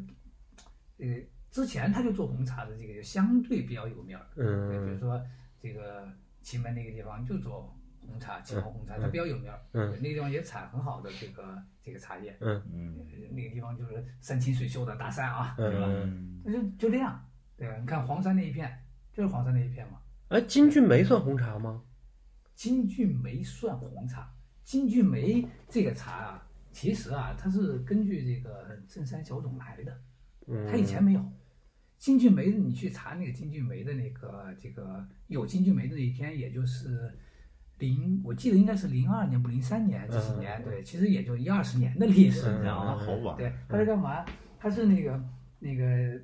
呃，之前他就做红茶的这个就相对比较有名儿，对比如嗯说这个祁门那个地方就做红茶，祁门红茶它比较有名儿，嗯对那个地方也产很好的这个这个茶叶，嗯呃嗯那个地方就是山清水秀的大山啊，对吧？嗯。嗯，那就就这样，对吧？你看黄山那一片，就是黄山那一片嘛。哎，金骏眉算红茶吗？金骏眉算红茶。金骏眉这个茶啊，其实啊，它是根据这个正山小种来的，嗯，它以前没有。金骏眉，你去查那个金骏眉的那个这个有金骏眉的那一天，也就是零，我记得应该是零二年不零三年这几年，对，其实也就一二十年的历史，你知道那吗？嗯好晚，对，他嗯是干嘛？他是那个那个，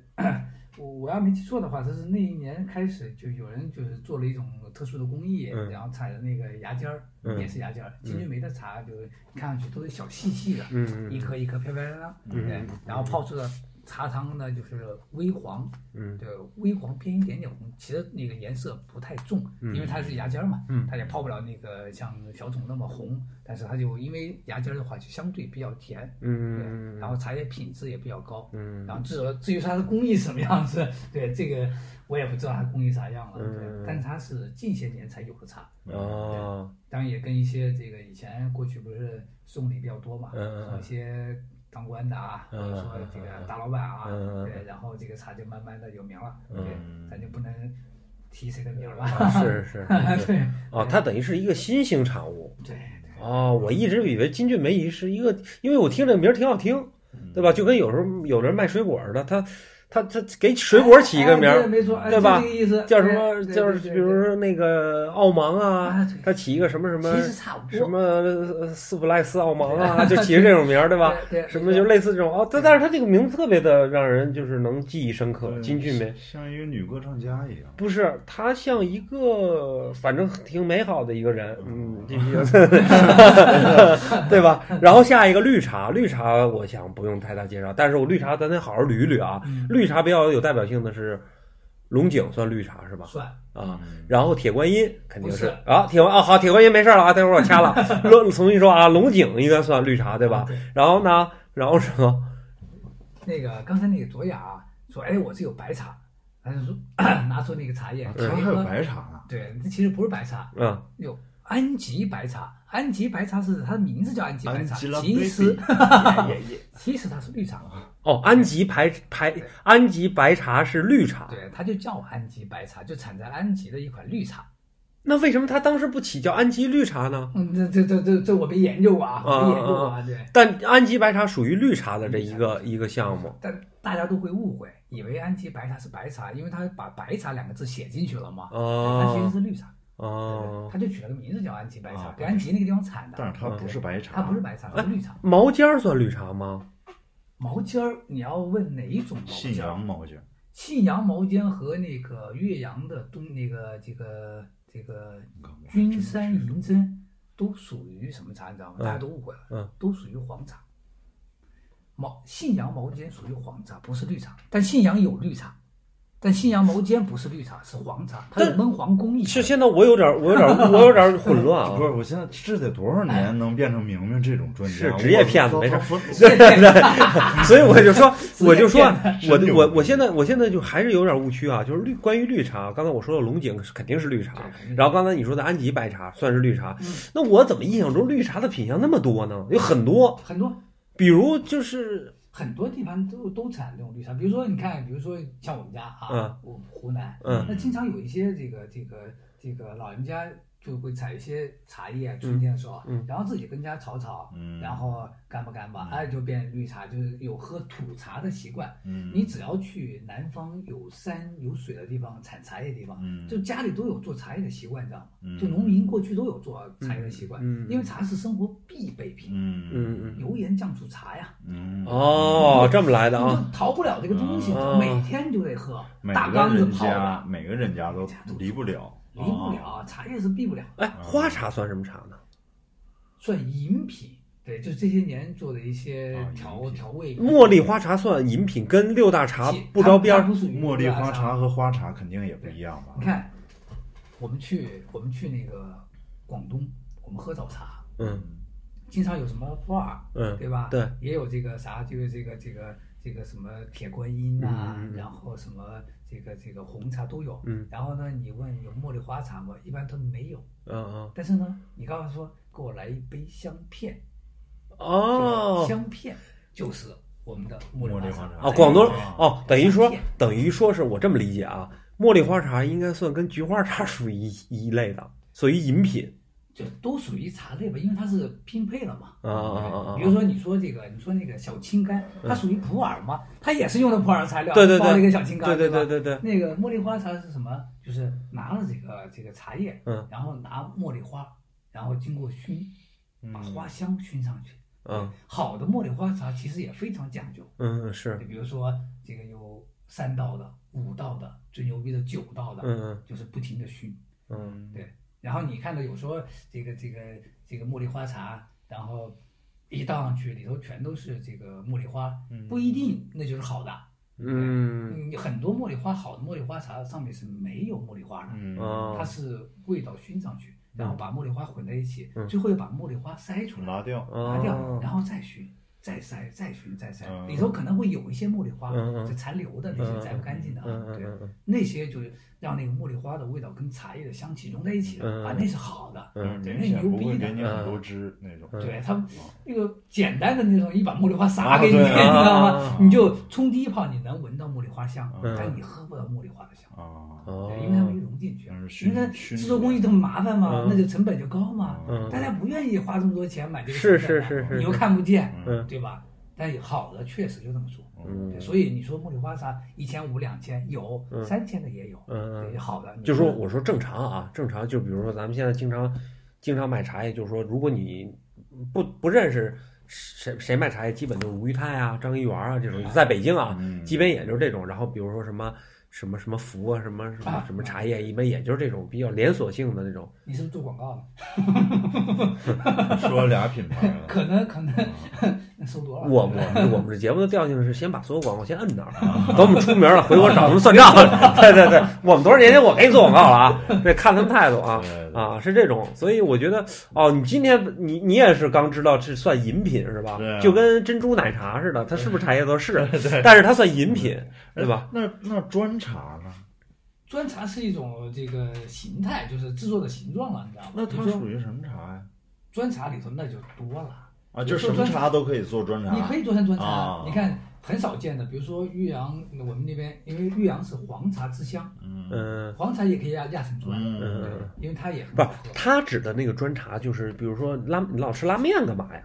我我要没记错的话，他是那一年开始就有人就是做了一种特殊的工艺，嗯然后产的那个芽尖儿，嗯也是芽尖儿。金骏眉的茶就是看上去都是小细细的，嗯嗯一颗一颗漂漂亮亮，对，然后泡出的茶汤呢就是微黄，嗯对，微黄偏一点点红，其实那个颜色不太重，因为它是芽尖儿嘛，嗯它也泡不了那个像小种那么红，但是它就因为芽尖儿的话就相对比较甜，对，嗯，然后茶叶品质也比较高，嗯然后至于至于它的工艺什么样子， (laughs) 对这个我也不知道它工艺啥样了，嗯对，但是它是近些年才有的茶，哦，当然也跟一些这个以前过去不是送礼比较多嘛，嗯嗯嗯送一些当官的啊，嗯或者说这个大老板啊，嗯嗯嗯对，然后这个茶就慢慢的有名了，嗯对，咱就不能提谁的名儿了，啊是是是， (laughs) 对哦，它等于是一个新型产物。对哦，我一直以为金骏眉是一个，因为我听这个名儿挺好听，嗯对吧？就跟有时候有人卖水果似的，他他他给水果起一个名哎儿对，没错，哎对吧就这个意思叫什么？对叫对对比对如说那个澳芒啊啊对，他起一个什么什么其实差不多什么呃斯普赖斯澳芒啊，就起个这种名儿，对吧？对对什么就类似这种哦，但但是他这个名字特别的让人就是能记忆深刻，对金骏眉。像一个女歌唱家一样，不是，他像一个反正挺美好的一个人，嗯，这个 (laughs) 对吧？然后下一个绿茶，绿茶我想不用太大介绍，但是我绿茶咱得好好捋一捋啊。嗯绿茶比较有代表性的是龙井，算绿茶是吧？算。啊 (laughs) 嗯，然后铁观音肯定不是是啊，铁观啊好，铁观音没事了啊，待会儿我掐 (laughs) 了。龙重新说啊，龙井应该算绿茶对吧？然后呢，然后什么？那个刚才那个卓雅啊说，哎，我这有白茶，他就说 (clears throat) 拿出那个茶叶，啊可以他还有喝白茶呢，对，这其实不是白茶，啊，有安吉白茶。安吉白茶是它的名字叫安吉 (laughs) 白安茶，吉拉其实 baby 也也 (laughs) 也其实它是绿茶，哦，安吉白白安吉白茶是绿茶，对，它就叫安吉白茶，就产在安吉的一款绿茶。那为什么他当时不起叫安吉绿茶呢？嗯，这这这这这我没研究过啊，啊没研究过啊，对。但安吉白茶属于绿茶的这一个一个项目，但大家都会误会，以为安吉白茶是白茶，因为它把“白茶”两个字写进去了啊嘛，它其实哦是绿茶，对哦，它就取了个名字叫安吉白茶，啊给安吉那个地方产的。但是它不是白茶，它不是白茶，它是绿茶。毛尖儿算绿茶吗？毛尖儿，你要问哪一种毛信尖儿？阳毛尖，信阳毛尖和那个岳阳的东那个这个这个嗯你看我还君真是山银针都属于什么茶？你知道吗？嗯大家都误会了，嗯，都属于黄茶。毛信阳毛尖属于黄茶，不是绿茶。但信阳有绿茶，但信阳毛尖不是绿茶，是黄茶，它有但焖黄工艺。是现在我有点儿我有点 (laughs) 儿我有点儿混乱啊 (laughs) 不，是，我现在这得多少年能变成明明这种专家？是职业骗子我没事我所以我就 (laughs) 说，我就说，啊我真牛我我现在我现在就还是有点误区啊，就是绿关于绿茶，刚才我说的龙井是肯定是绿茶对肯定，是然后刚才你说的安吉白茶算是绿茶嗯，那我怎么印象中绿茶的品相那么多呢？有很多，很多比如就是很多地方都都产这种绿茶，比如说你看，比如说像我们家啊，嗯我们湖南，嗯那经常有一些这个这个这个老人家就会采一些茶叶啊，春天的时候，嗯然后自己跟家炒炒，嗯然后干吧干吧，嗯哎，就变绿茶，就是有喝土茶的习惯。嗯，你只要去南方有山有水的地方产茶叶的地方，嗯就家里都有做茶叶的习惯，你知道吗？嗯就农民过去都有做茶叶的习惯，嗯嗯因为茶是生活必备品，嗯嗯嗯油盐酱醋茶呀。嗯哦这么来的啊，就逃不了这个东西，啊每天就得喝，每大个缸子人泡家的，每个人家都离不了，啊离不哦了，茶叶是避不了，哎花茶算什么茶呢？算饮品。对，就这些年做的一些啊饮调品调味，茉莉花茶算饮品，跟六大茶其不着边它儿不属于茉莉花茶。茶和花茶肯定也不一样吧你？看，我们去我们去那个广东，我们喝早茶，嗯经常有什么普洱，嗯对吧？对，也有这个啥，就是这个这个这个什么铁观音呐、嗯嗯嗯然后什么这个这个红茶都有。嗯然后呢，你问有茉莉花茶吗？一般他们没有。嗯嗯但是呢，你刚才说给我来一杯香片，哦香片就是我们的茉茉莉莉花花茶茶啊，广东哎呀哦，等于说香片等于说是我这么理解啊，茉莉花茶应该算跟菊花茶属于一一类的，属于饮品就都属于茶类吧，因为它是拼配了嘛。啊啊啊啊！啊比如说，你说这个，你说那个小青柑，它属于普洱嘛，它也是用的普洱材料对对对包了啊一个小青柑，对对吧对对对，那个茉莉花茶是什么？就是拿了这个这个茶叶，嗯，然后拿茉莉花，然后经过熏，把花香熏上去。嗯好的茉莉花茶其实也非常讲究，嗯是就比如说这个有三道的、五道的，最牛逼的九道的，嗯就是不停的熏。嗯对，然后你看到有时候这个这个这个茉莉花茶，然后一倒上去里头全都是这个茉莉花，不一定那就是好的。嗯嗯，很多茉莉花好的茉莉花茶上面是没有茉莉花的，嗯哦它是味道熏上去，然后把茉莉花混在一起，嗯最后又把茉莉花筛出来，拉掉，拿掉，哦然后再熏，再筛，再熏，再筛，嗯里头可能会有一些茉莉花、嗯嗯就残留的那些嗯摘不干净的啊，嗯嗯对嗯嗯，那些就是让那个茉莉花的味道跟茶叶的香气融在一起了、嗯嗯啊，那是好的，嗯明显不会给你很多汁那种，对他们那个简单的那种一把茉莉花啊撒给你，对 (laughs) 你知道吗啊？你就冲第一泡，你能闻到茉莉花香，嗯但你喝不到茉莉花的香。啊，哦对，因为它没融进去啊嗯，熏因为它熏制作工艺这么麻烦嘛嗯，那就成本就高嘛，嗯大家不愿意花这么多钱买这个是成本啊是是是你又看不见，嗯对吧？但好的确实就这么做，嗯对，所以你说茉莉花茶一千五、两千有嗯，三千的也有，嗯对，好的，你就说我说正常啊，正常就比如说咱们现在经常经常买茶叶，就是说如果你不不认识谁谁卖茶叶，基本就是吴裕泰啊、张一元啊这种，在北京啊，嗯基本也就是这种。然后比如说什么什么什么福啊，什么什么啊什么茶叶，一般也就是这种比较连锁性的那种。你是不是做广告的？说俩品牌 (laughs) 了，可能可能收多了。我我们我们这节目的调性是先把所有广告先摁那儿，等我们出名了，回国找他们算账。对对对，我们多少年前我给你做广告了啊？对，看他们态度啊对对啊， (laughs) 是这种。所以我觉得哦，你今天你你也是刚知道这算饮品是吧对啊？就跟珍珠奶茶似的，它是不是茶叶都是，但是它算饮品对吧？哎那那砖茶呢？砖茶是一种这个形态，就是制作的形状了，你知道吗？那它比如说属于什么茶呀？砖茶里头那就多了，啊，就是什么茶都可以做砖茶。你可以做成砖茶。哦啊你看很少见的，比如说岳阳，我们那边因为岳阳是黄茶之乡，嗯嗯。黄茶也可以压压成砖，嗯嗯，因为它也很不好是喝。他指的那个砖茶，就是比如说拉，你老吃拉面干嘛呀？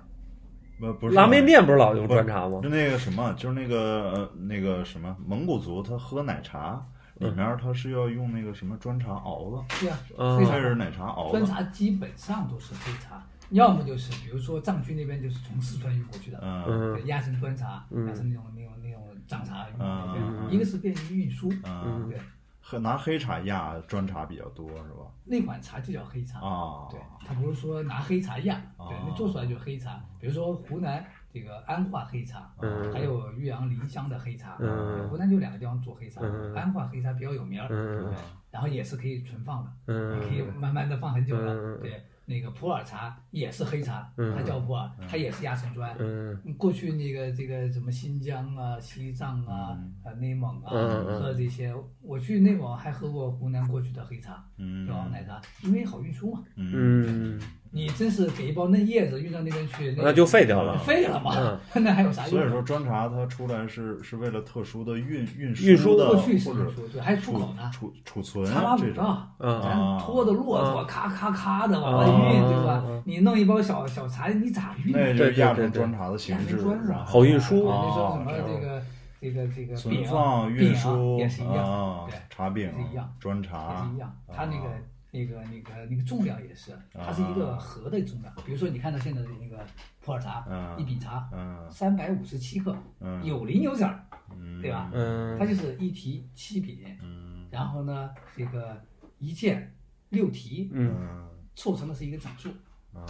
不不是拉面店不是老用砖茶吗？就那个什么，就是那个呃那个什么蒙古族，他喝奶茶里面他是要用那个什么砖茶熬的，对啊，嗯非开常始奶茶熬砖的，茶基本上都是黑茶，要么就是比如说藏区那边就是从四川运过去的，嗯嗯对压成砖茶，嗯压成那种那种那种藏茶运过嗯来对嗯嗯一个是便于运输，嗯，对，喝拿黑茶压砖茶比较多是吧？那款茶就叫黑茶，哦啊，对，它不是说拿黑茶压，对啊，那做出来就是黑茶。比如说湖南这个安化黑茶，嗯还有岳阳临湘的黑茶，嗯湖南就两个地方做黑茶，嗯安化黑茶比较有名儿，嗯对然后也是可以存放的，嗯可以慢慢的放很久嗯的，对。那个普洱茶也是黑茶，嗯它叫普洱，它也是压成砖。嗯过去那个这个什么新疆啊、西藏啊嗯、呃内蒙啊，嗯嗯嗯喝这些，我去内蒙还喝过湖南过去的黑茶，嗯对吧？奶茶，因为好运输嘛。嗯嗯，你真是给一包嫩叶子运到那边去，那就废掉就了。嗯废了嘛， (laughs) 那还有啥用所啊？以说砖茶它出来是是为了特殊的运运运输的过或去是者说对，还出储口呢，储储存茶马这古种，道，嗯啊咱拖着骆驼咔咔咔的往外啊运，啊对啊吧啊？你弄一包小小茶，你咋运啊？那就是压成砖茶的形制，然后好运输对那时候啊什么这个这个这个存饼放、饼运啊输也是一样，啊对，茶饼也是一样、砖也茶是一，样，它那个啊。那个、那个、那个重量也是，它是一个盒的重量。比如说，你看到现在的那个普洱茶，嗯一饼茶嗯三百五十七克，嗯，有零有整儿，嗯对吧嗯它就是一题七品，嗯然后呢，这个一件六题嗯嗯凑成的是一个整数。嗯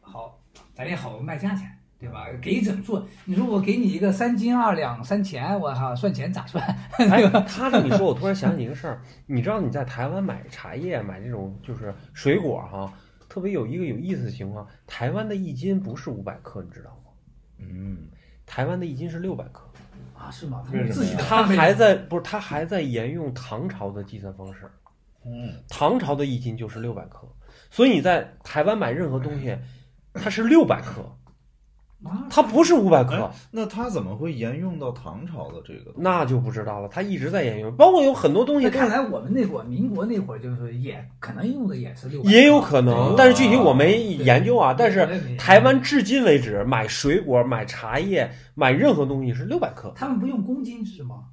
好，咱也好卖价钱，对吧？给整数，你如果给你一个三斤二两三钱，我靠，算钱咋算？哎，他这么一说，我突然想起一个事儿，你知道你在台湾买茶叶、买这种就是水果哈、特别有一个有意思的情况，台湾的一斤不是五百克，你知道吗？嗯台湾的一斤是六百克，啊，是吗？他为们什么呀自己的他咖啡还在不是他还在沿用唐朝的计算方式，嗯唐朝的一斤就是六百克，所以你在台湾买任何东西，它是六百克，啊，它不是五百克。那他怎么会沿用到唐朝的这个东西？那就不知道了，它一直在沿用，包括有很多东西那都看来我们那会儿，民国那会儿，就是也可能用的也是六，也有可能对，但是具体我没研究啊。对但对对是对台湾至今为止，买水果、买茶叶、买任何东西是六百克。他们不用公斤制吗？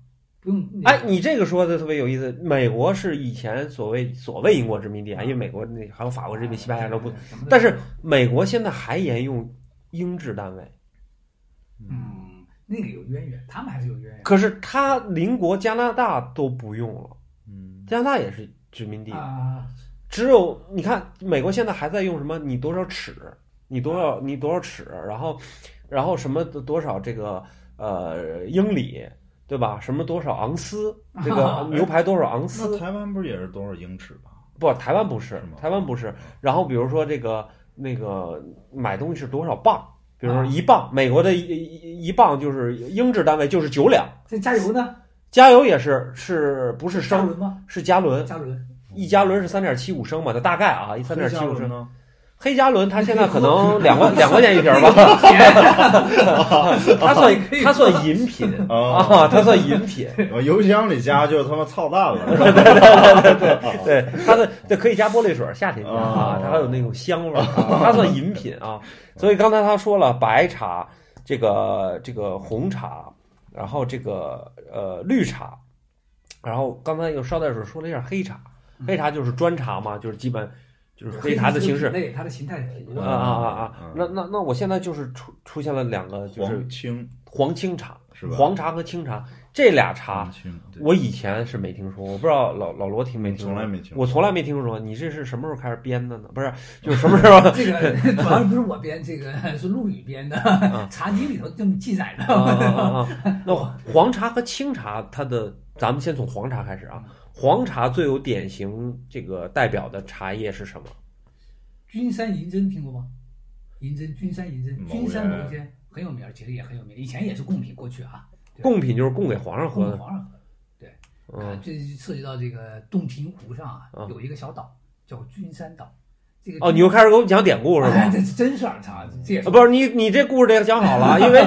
不用那哎，你这个说的特别有意思。美国是以前所谓所谓英国殖民地啊，因为美国那还有法国殖民、西班牙都不，什么的但是美国现在还沿用英制单位。嗯，那个有渊源，他们还是有渊源。可是它邻国加拿大都不用了，嗯加拿大也是殖民地，啊，只有你看，美国现在还在用什么？你多少尺？你多少？你多少尺？然后，然后什么多少这个呃英里，对吧？什么多少盎司？这啊个牛排多少 (laughs) 盎那司？台湾不是也是多少英尺吧？不，台湾不是是吗，嗯台湾不是。然后比如说这个那个买东西是多少磅？比如说啊一磅，美国的一一一磅就是英制单位就是九两，这加油呢？加油也是是不是啊加升仑吗？是加仑？(laughs) 加仑，一加嗯仑是三点七五升嘛？那大概啊，一三点七五升。呢？黑加仑它现在可 (laughs) 能两块两块钱一瓶儿吧，它算它算饮品 (laughs) 啊，啊，它算饮品，油箱里加就他妈操蛋了，是吧对，它的对可以加玻璃水儿，夏天加啊哦，它还有那种香味儿，啊它算饮品啊。所以刚才他说了白茶，这个这个红茶，然后这个呃绿茶，然后刚才有捎带手说了一下黑茶，黑茶就是砖茶嘛，就是基本。就是黑茶的形式。类，它的形态很啊多。啊啊啊嗯！那那那我现在就是出出现了两个， (laughs) 就是黄青黄清茶，是吧？黄茶和清茶这俩黄茶，青，对我以前是没听说，我不知道老老罗听没听说，从来没听我从来没听说。你这是什么时候开始编的呢？不是，就是什么时候 (laughs) (laughs) 这个主要不是我编，这个是陆羽编的，嗯《 (laughs) 茶经》里头这么记载啊啊的。啊啊！那黄茶和清茶，它的咱们先从黄茶开始嗯啊。黄茶最有典型这个代表的茶叶是什么？君山银针听过吗？银针，君山银针，某君山人某间很有名儿，其实也很有名，以前也是贡品，过去啊，对贡品就是供给皇上喝供给的。皇上喝。啊，嗯，这就涉及到这个洞庭湖上啊嗯，有一个小岛叫君山岛。这个哦，你又开始给我们讲典故是吧？(laughs) 哎 (laughs) 这是真事儿，操，这也啊，不是你，你这故事得讲好了啊，因为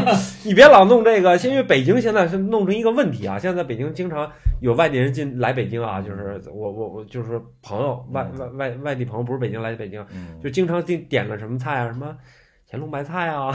你别老弄这个，因为北京现在是弄成一个问题啊。现在北京经常有外地人进来北京啊，就是我我我就是朋友外外外外地朋友不是北京来北京，嗯，就经常点点个什么菜啊，什么乾隆白菜啊，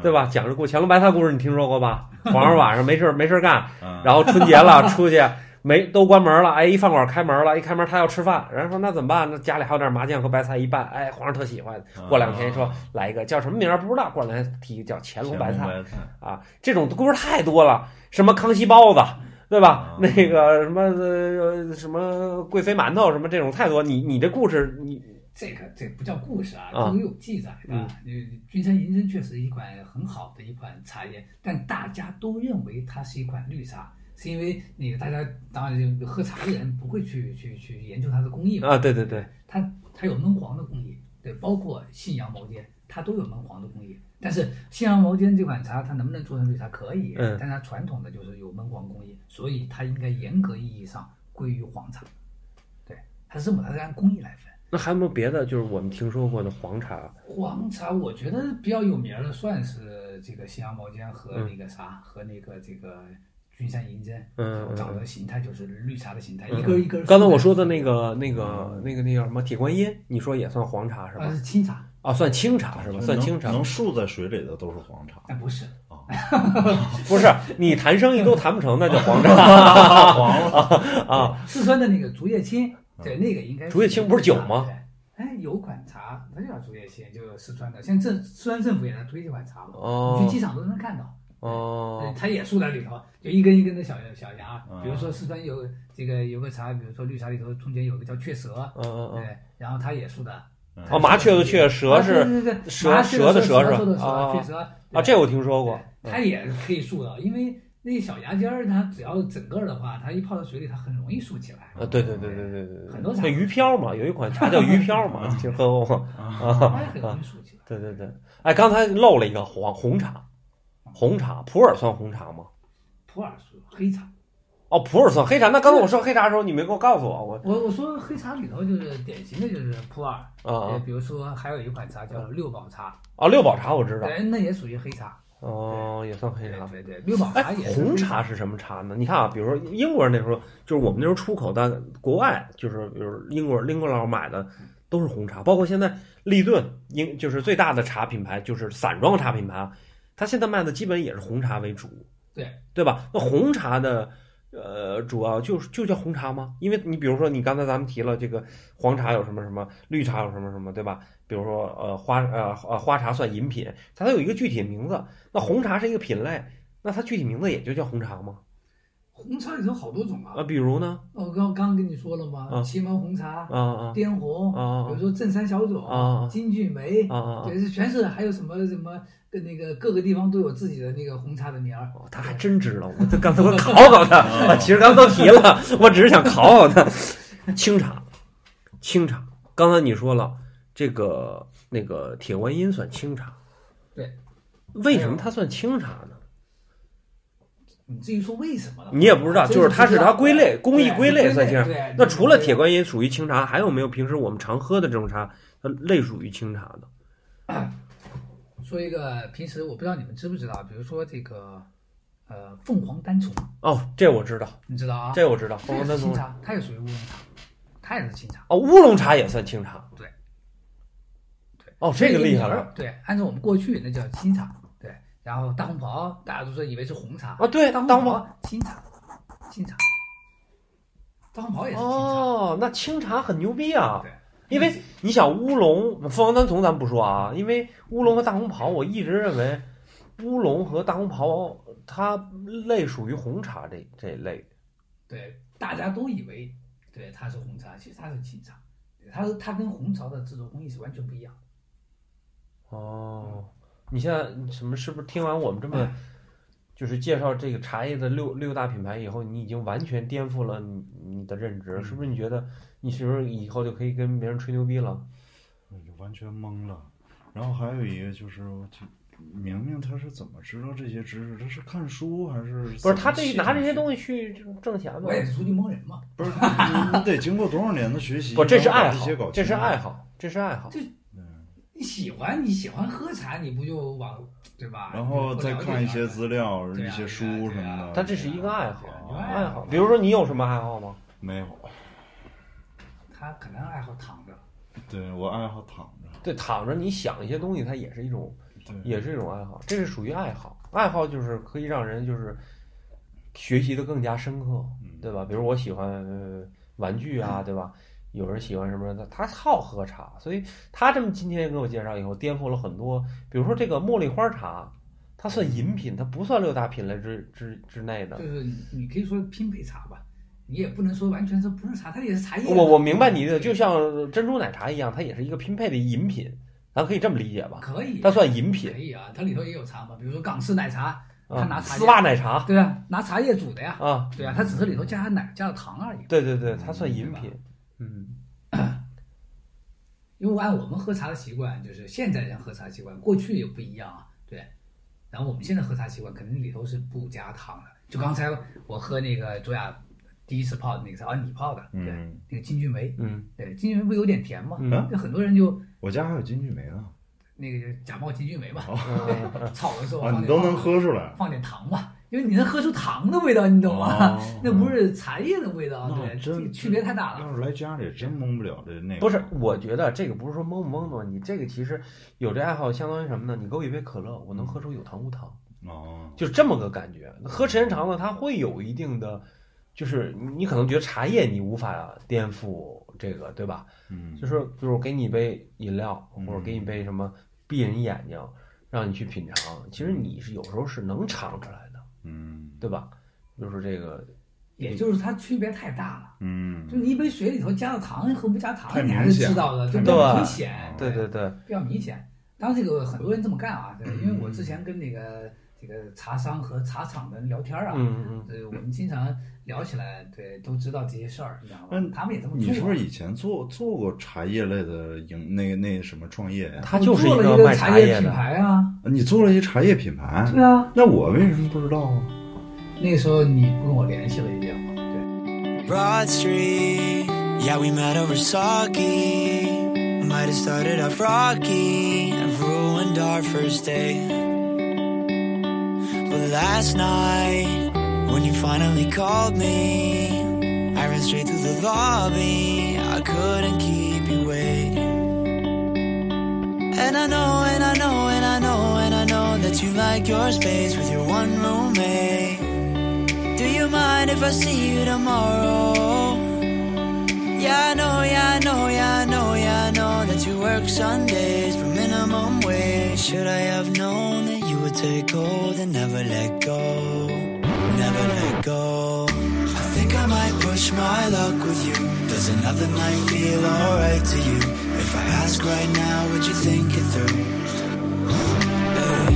(laughs) 对？吧？讲这故乾隆白菜故事你听说过吧？皇上晚上没事儿没事儿干，嗯然后春节了出去没都关门了，哎，一饭馆开门了，一开门他要吃饭，然后说那怎么办？那家里还有点麻酱和白菜一拌，哎，皇上特喜欢。嗯啊过两天说来一个叫什么名儿不知道，过两天提一个叫乾隆白菜白嗯菜，啊，这种故事太多了，什么康熙包子。对吧？嗯那个什么呃什么贵妃馒头什么这种太多，你你这故事你这个这不叫故事啊，啊这都有记载的。嗯嗯，君山银针确实一款很好的一款茶叶，但大家都认为它是一款绿茶，是因为那个大家当然就喝茶的人不会去去去研究它的工艺嘛。啊，对对对，它它有焖黄的工艺，对，包括信阳毛尖，它都有焖黄的工艺。但是信阳毛尖这款茶，它能不能做成绿茶？可以，嗯但它传统的就是有焖黄工艺，所以它应该严格意义上归于黄茶。对，它是这么，它是按工艺来分。那还有没有别的？就是我们听说过的黄茶黄茶我觉得比较有名儿的，算是这个信阳毛尖嗯和那个啥，和那个这个君山银针，嗯嗯长得形态就是绿茶的形态，嗯一根一根。刚才我说的那，个、那个、那个、那叫什么铁观音，你说也算黄茶是呃，吧？是清茶，啊，算清茶是吧？就算能清茶，嗯能竖在水里的都是黄茶但不是。啊，不是你谈生意都谈不成，那叫黄茶。黄了， (laughs) 啊，四川的那个竹叶青，对，那个应该嗯竹叶青不是酒吗对？哎，有款茶，它就叫竹叶青，就是四川的。现在政四川政府也在推这款茶嘛，哦你去机场都能看到。哦哦对，它也竖在里头，就一根一根的小小芽嗯。比如说四川有这个有个茶，比如说绿茶里头中间有个叫雀舌，嗯嗯嗯，对，然后它也竖的。嗯哦，麻雀的雀，蛇啊是对对对蛇麻蛇雀的的蛇是吧蛇的啊蛇，雀舌啊，这我听说对过。嗯它也可以竖的，因为那小芽尖儿，它只要整个儿的话，它一泡到水里，它很容易竖起来。啊，对对对对对对对，很多茶那鱼漂嘛，有一款茶叫鱼漂嘛，你听喝过啊吗？啊它嗯也很容易竖起来。对对对，哎，刚才漏了一个黄红茶，红茶，普洱算红茶吗？普洱树黑茶，哦，普洱算黑茶。那刚才我说黑茶的时候，你没给我告诉我，我我我说黑茶里头就是典型的就是普洱，啊呃啊比如说还有一款茶叫六堡茶，啊，六堡茶我知道，对，那也属于黑茶，哦，也算黑对茶。对对，六堡茶哎也，是红黑茶是什么茶呢？你看啊，比如说英国人那时候，就是我们那时候出口到国外，就是比如英国英国佬买的都是红茶，包括现在利顿英就是最大的茶品牌，就是散装茶品牌啊，它现在卖的基本也是红茶为主，对对吧？那红茶的呃主要就是就叫红茶吗？因为你比如说你刚才咱们提了这个黄茶有什么什么，绿茶有什么什么，对吧？比如说呃花呃呃花茶算饮品，它都有一个具体的名字。那红茶是一个品类，那它具体名字也就叫红茶吗？红茶里头好多种啊，啊，比如呢？我刚刚跟你说了嘛啊，祁门红茶、啊啊滇红，啊比如说正山小啊啊种、金骏眉，啊啊啊！对，这全是还有什么什么跟那个各个地方都有自己的那个红茶的名儿，哦他还真知道，我这刚才我考考他，啊其实刚才都提了，我只是想考考他。清茶，清茶，刚才你说了，这个那个铁观音算清茶，对，为什么它算清茶呢？你至于说为什么呢？你也不知道，真就是它不知是它道归类工艺对归类算清茶。对那除了铁对观音属于清茶，还有没有平时我们常喝的这种茶，它类属于清茶的？说一个平时我不知道你们知不知道，比如说这个呃凤凰单丛，哦，这我知道，你知道啊？这我知道，它凤也凰是单清丛。茶，它也属于乌龙茶，它也是清茶。哦，乌龙茶也算清茶。对。对哦，这个厉害名了儿。对，按照我们过去那叫清茶，对。然后大红袍，大家都说以为是红茶，啊！对，大当当红袍清茶，哦清茶，大红袍也是清茶。哦，那清茶很牛逼啊！对，因为你想乌龙、凤凰单丛咱不说啊，因为乌龙和大红袍，我一直认为乌龙和大红袍它类属于红茶这这类。对，大家都以为对它是红茶，其实它是清茶，对它是它跟红茶的制作工艺是完全不一样的。哦，你现在什么是不是听完我们这哎么就是介绍这个茶叶的六六大品牌以后，你已经完全颠覆了你你的认嗯知，是不是？你觉得你是不是以后就可以跟别人吹牛逼了？嗯我就完全懵了。然后还有一个就是，就明明他是怎么知道这些知识？他是看书还是？不是他这拿这些西，东西去挣钱吗我？也是出去蒙人嘛，不是你你得经过多少年的学习？不，这是然后把爱这好些搞，这是清楚爱。好，嗯这是爱好。你喜欢你喜欢喝茶，你不就往对吧？然后你就再多了解看一点些儿资料、对一啊些书对啊什对啊么的。它这是一个爱好，啊有爱爱好好。比如说，你有什么爱好吗？没有，他可能爱好躺着，对我爱好躺着。对，躺着你想一些东西，它也是一种，对，也是一种爱好。这是属于爱好，爱好就是可以让人就是学习的更加深刻，嗯对吧？比如我喜欢呃玩具啊，对吧？有人喜欢什么的，他好喝茶，所以他这么今天给我介绍以后，颠覆了很多。比如说这个茉莉花茶，它算饮品，它不算六大品类之之之内的就。是你你可以说拼配茶吧，你也不能说完全是不是茶，它也是茶叶啊。我我明白你的，对就像珍珠奶茶一样，它也是一个拼配的饮品，咱可以这么理解吧？可以，它算饮可品以啊，它里头也有茶嘛，比如说港式奶茶，它拿啊，茶丝叶，袜奶茶对啊，拿茶叶煮的呀，啊，对啊，它只是里头加了奶加了糖而已。对对对，它算嗯饮对吧品，嗯，因为按我们喝茶的习惯，就是现在人喝茶习惯，过去也不一样啊，对。然后我们现在喝茶习惯，肯定里头是不加糖的。就刚才我喝那个卓雅第一次泡的那个茶，啊，你泡的，对，嗯那个金桔梅，嗯对，金桔梅不有点甜吗？嗯那很多人就我家还有金桔梅呢。那个假冒金桔梅嘛，嗯嗯炒的时候啊，放你点都能喝出来。放点糖嘛，因为你能喝出糖的味道，你懂吗？哦啊那不是茶叶的味道，啊那对，这真嗯个区别太大了。要是来家里，真蒙不了这那个。不是，我觉得这个不是说懵不懵懂，你这个其实有这爱好，相当于什么呢？你给我一杯可乐，我能喝出有糖无糖，哦，就是这么个感觉。喝时间长了，它会有一定的，就是你你可能觉得茶叶你无法颠覆这个，对吧？嗯，就是就是我给你一杯饮料，嗯或者给你一杯什么，闭着你眼睛，让你去品尝。其实你是有时候是能尝出来的，嗯对吧？就是这个，也就是它区别太大了。嗯，就你一杯水里头加了糖和不加太明糖，你显还是知道的，太就比明显较明显了，对对对，比较明显。当然，这个很多人这么干啊，对，因为我之前跟那个这个茶商和茶厂的人聊天啊，嗯嗯呃，我们经常聊起来，对，都知道这些事儿，你知道吧嗯？他们也这么做。你是不是以前做做过茶叶类的营那那什么创业呀嗯，？它我就是做了卖茶茶叶品的。牌啊，你做了一茶叶品牌，对啊，那我为什么不知道啊？那个时候你不跟我联系了一点吗？对。 Broad Street. Yeah, we met over sake. Might have started off rocky and ruined our first date. But last night, when you finally called me, I ran straight through the lobby. I couldn't keep you waiting. And I know, and I know, and I know, and I know that you like your space with your one roommate. Do you mind if I see you tomorrow? Yeah, I know, yeah, I know, yeah, I know, yeah, I know that you work Sundays for minimum wage. Should I have known that you would take hold and never let go? Never let go. I think I might push my luck with you. Does another night feel alright to you? If I ask right now, would you think it through? Hey.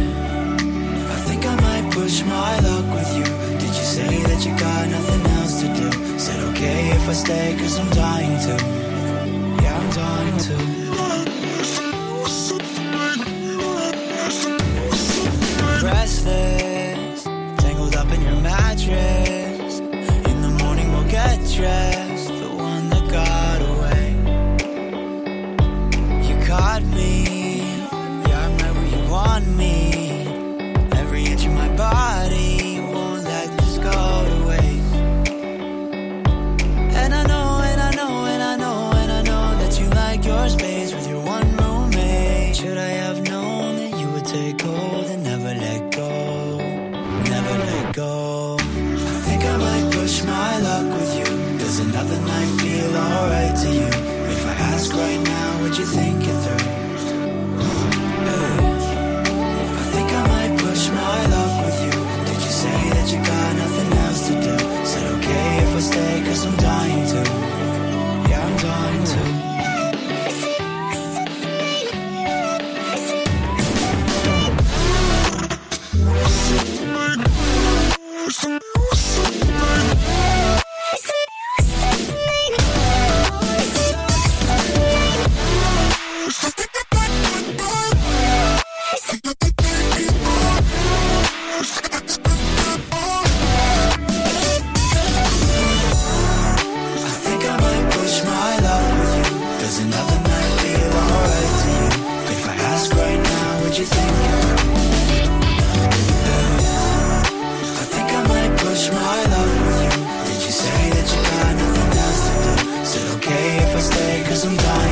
I think I might push my luck with you. Did you say that you got nothing else to do? Said okay if I stay, cause I'm dying to. Yeah, I'm dying to. Restless, tangled up in your mattress. In the morning, we'll get dressed. The one that got away. You caught me. Yeah, I'm right where you want me. Every inch of my body won't let this go to waste. And I know, and I know, and I know, and I know that you like your space with your one roommate. Should I have known that you would take hold and never let go? Never let go. I think I might push my luck with you. Does another night feel alright to you? If I ask right Cause I'm dying to. Yeah, I'm dying to. I think I might push my luck with you. Does another night feel alright to you? If I ask right now, what you think? I think I might push my luck with you. Did you say that you got nothing else to do? Said okay if I stay, cause I'm dying.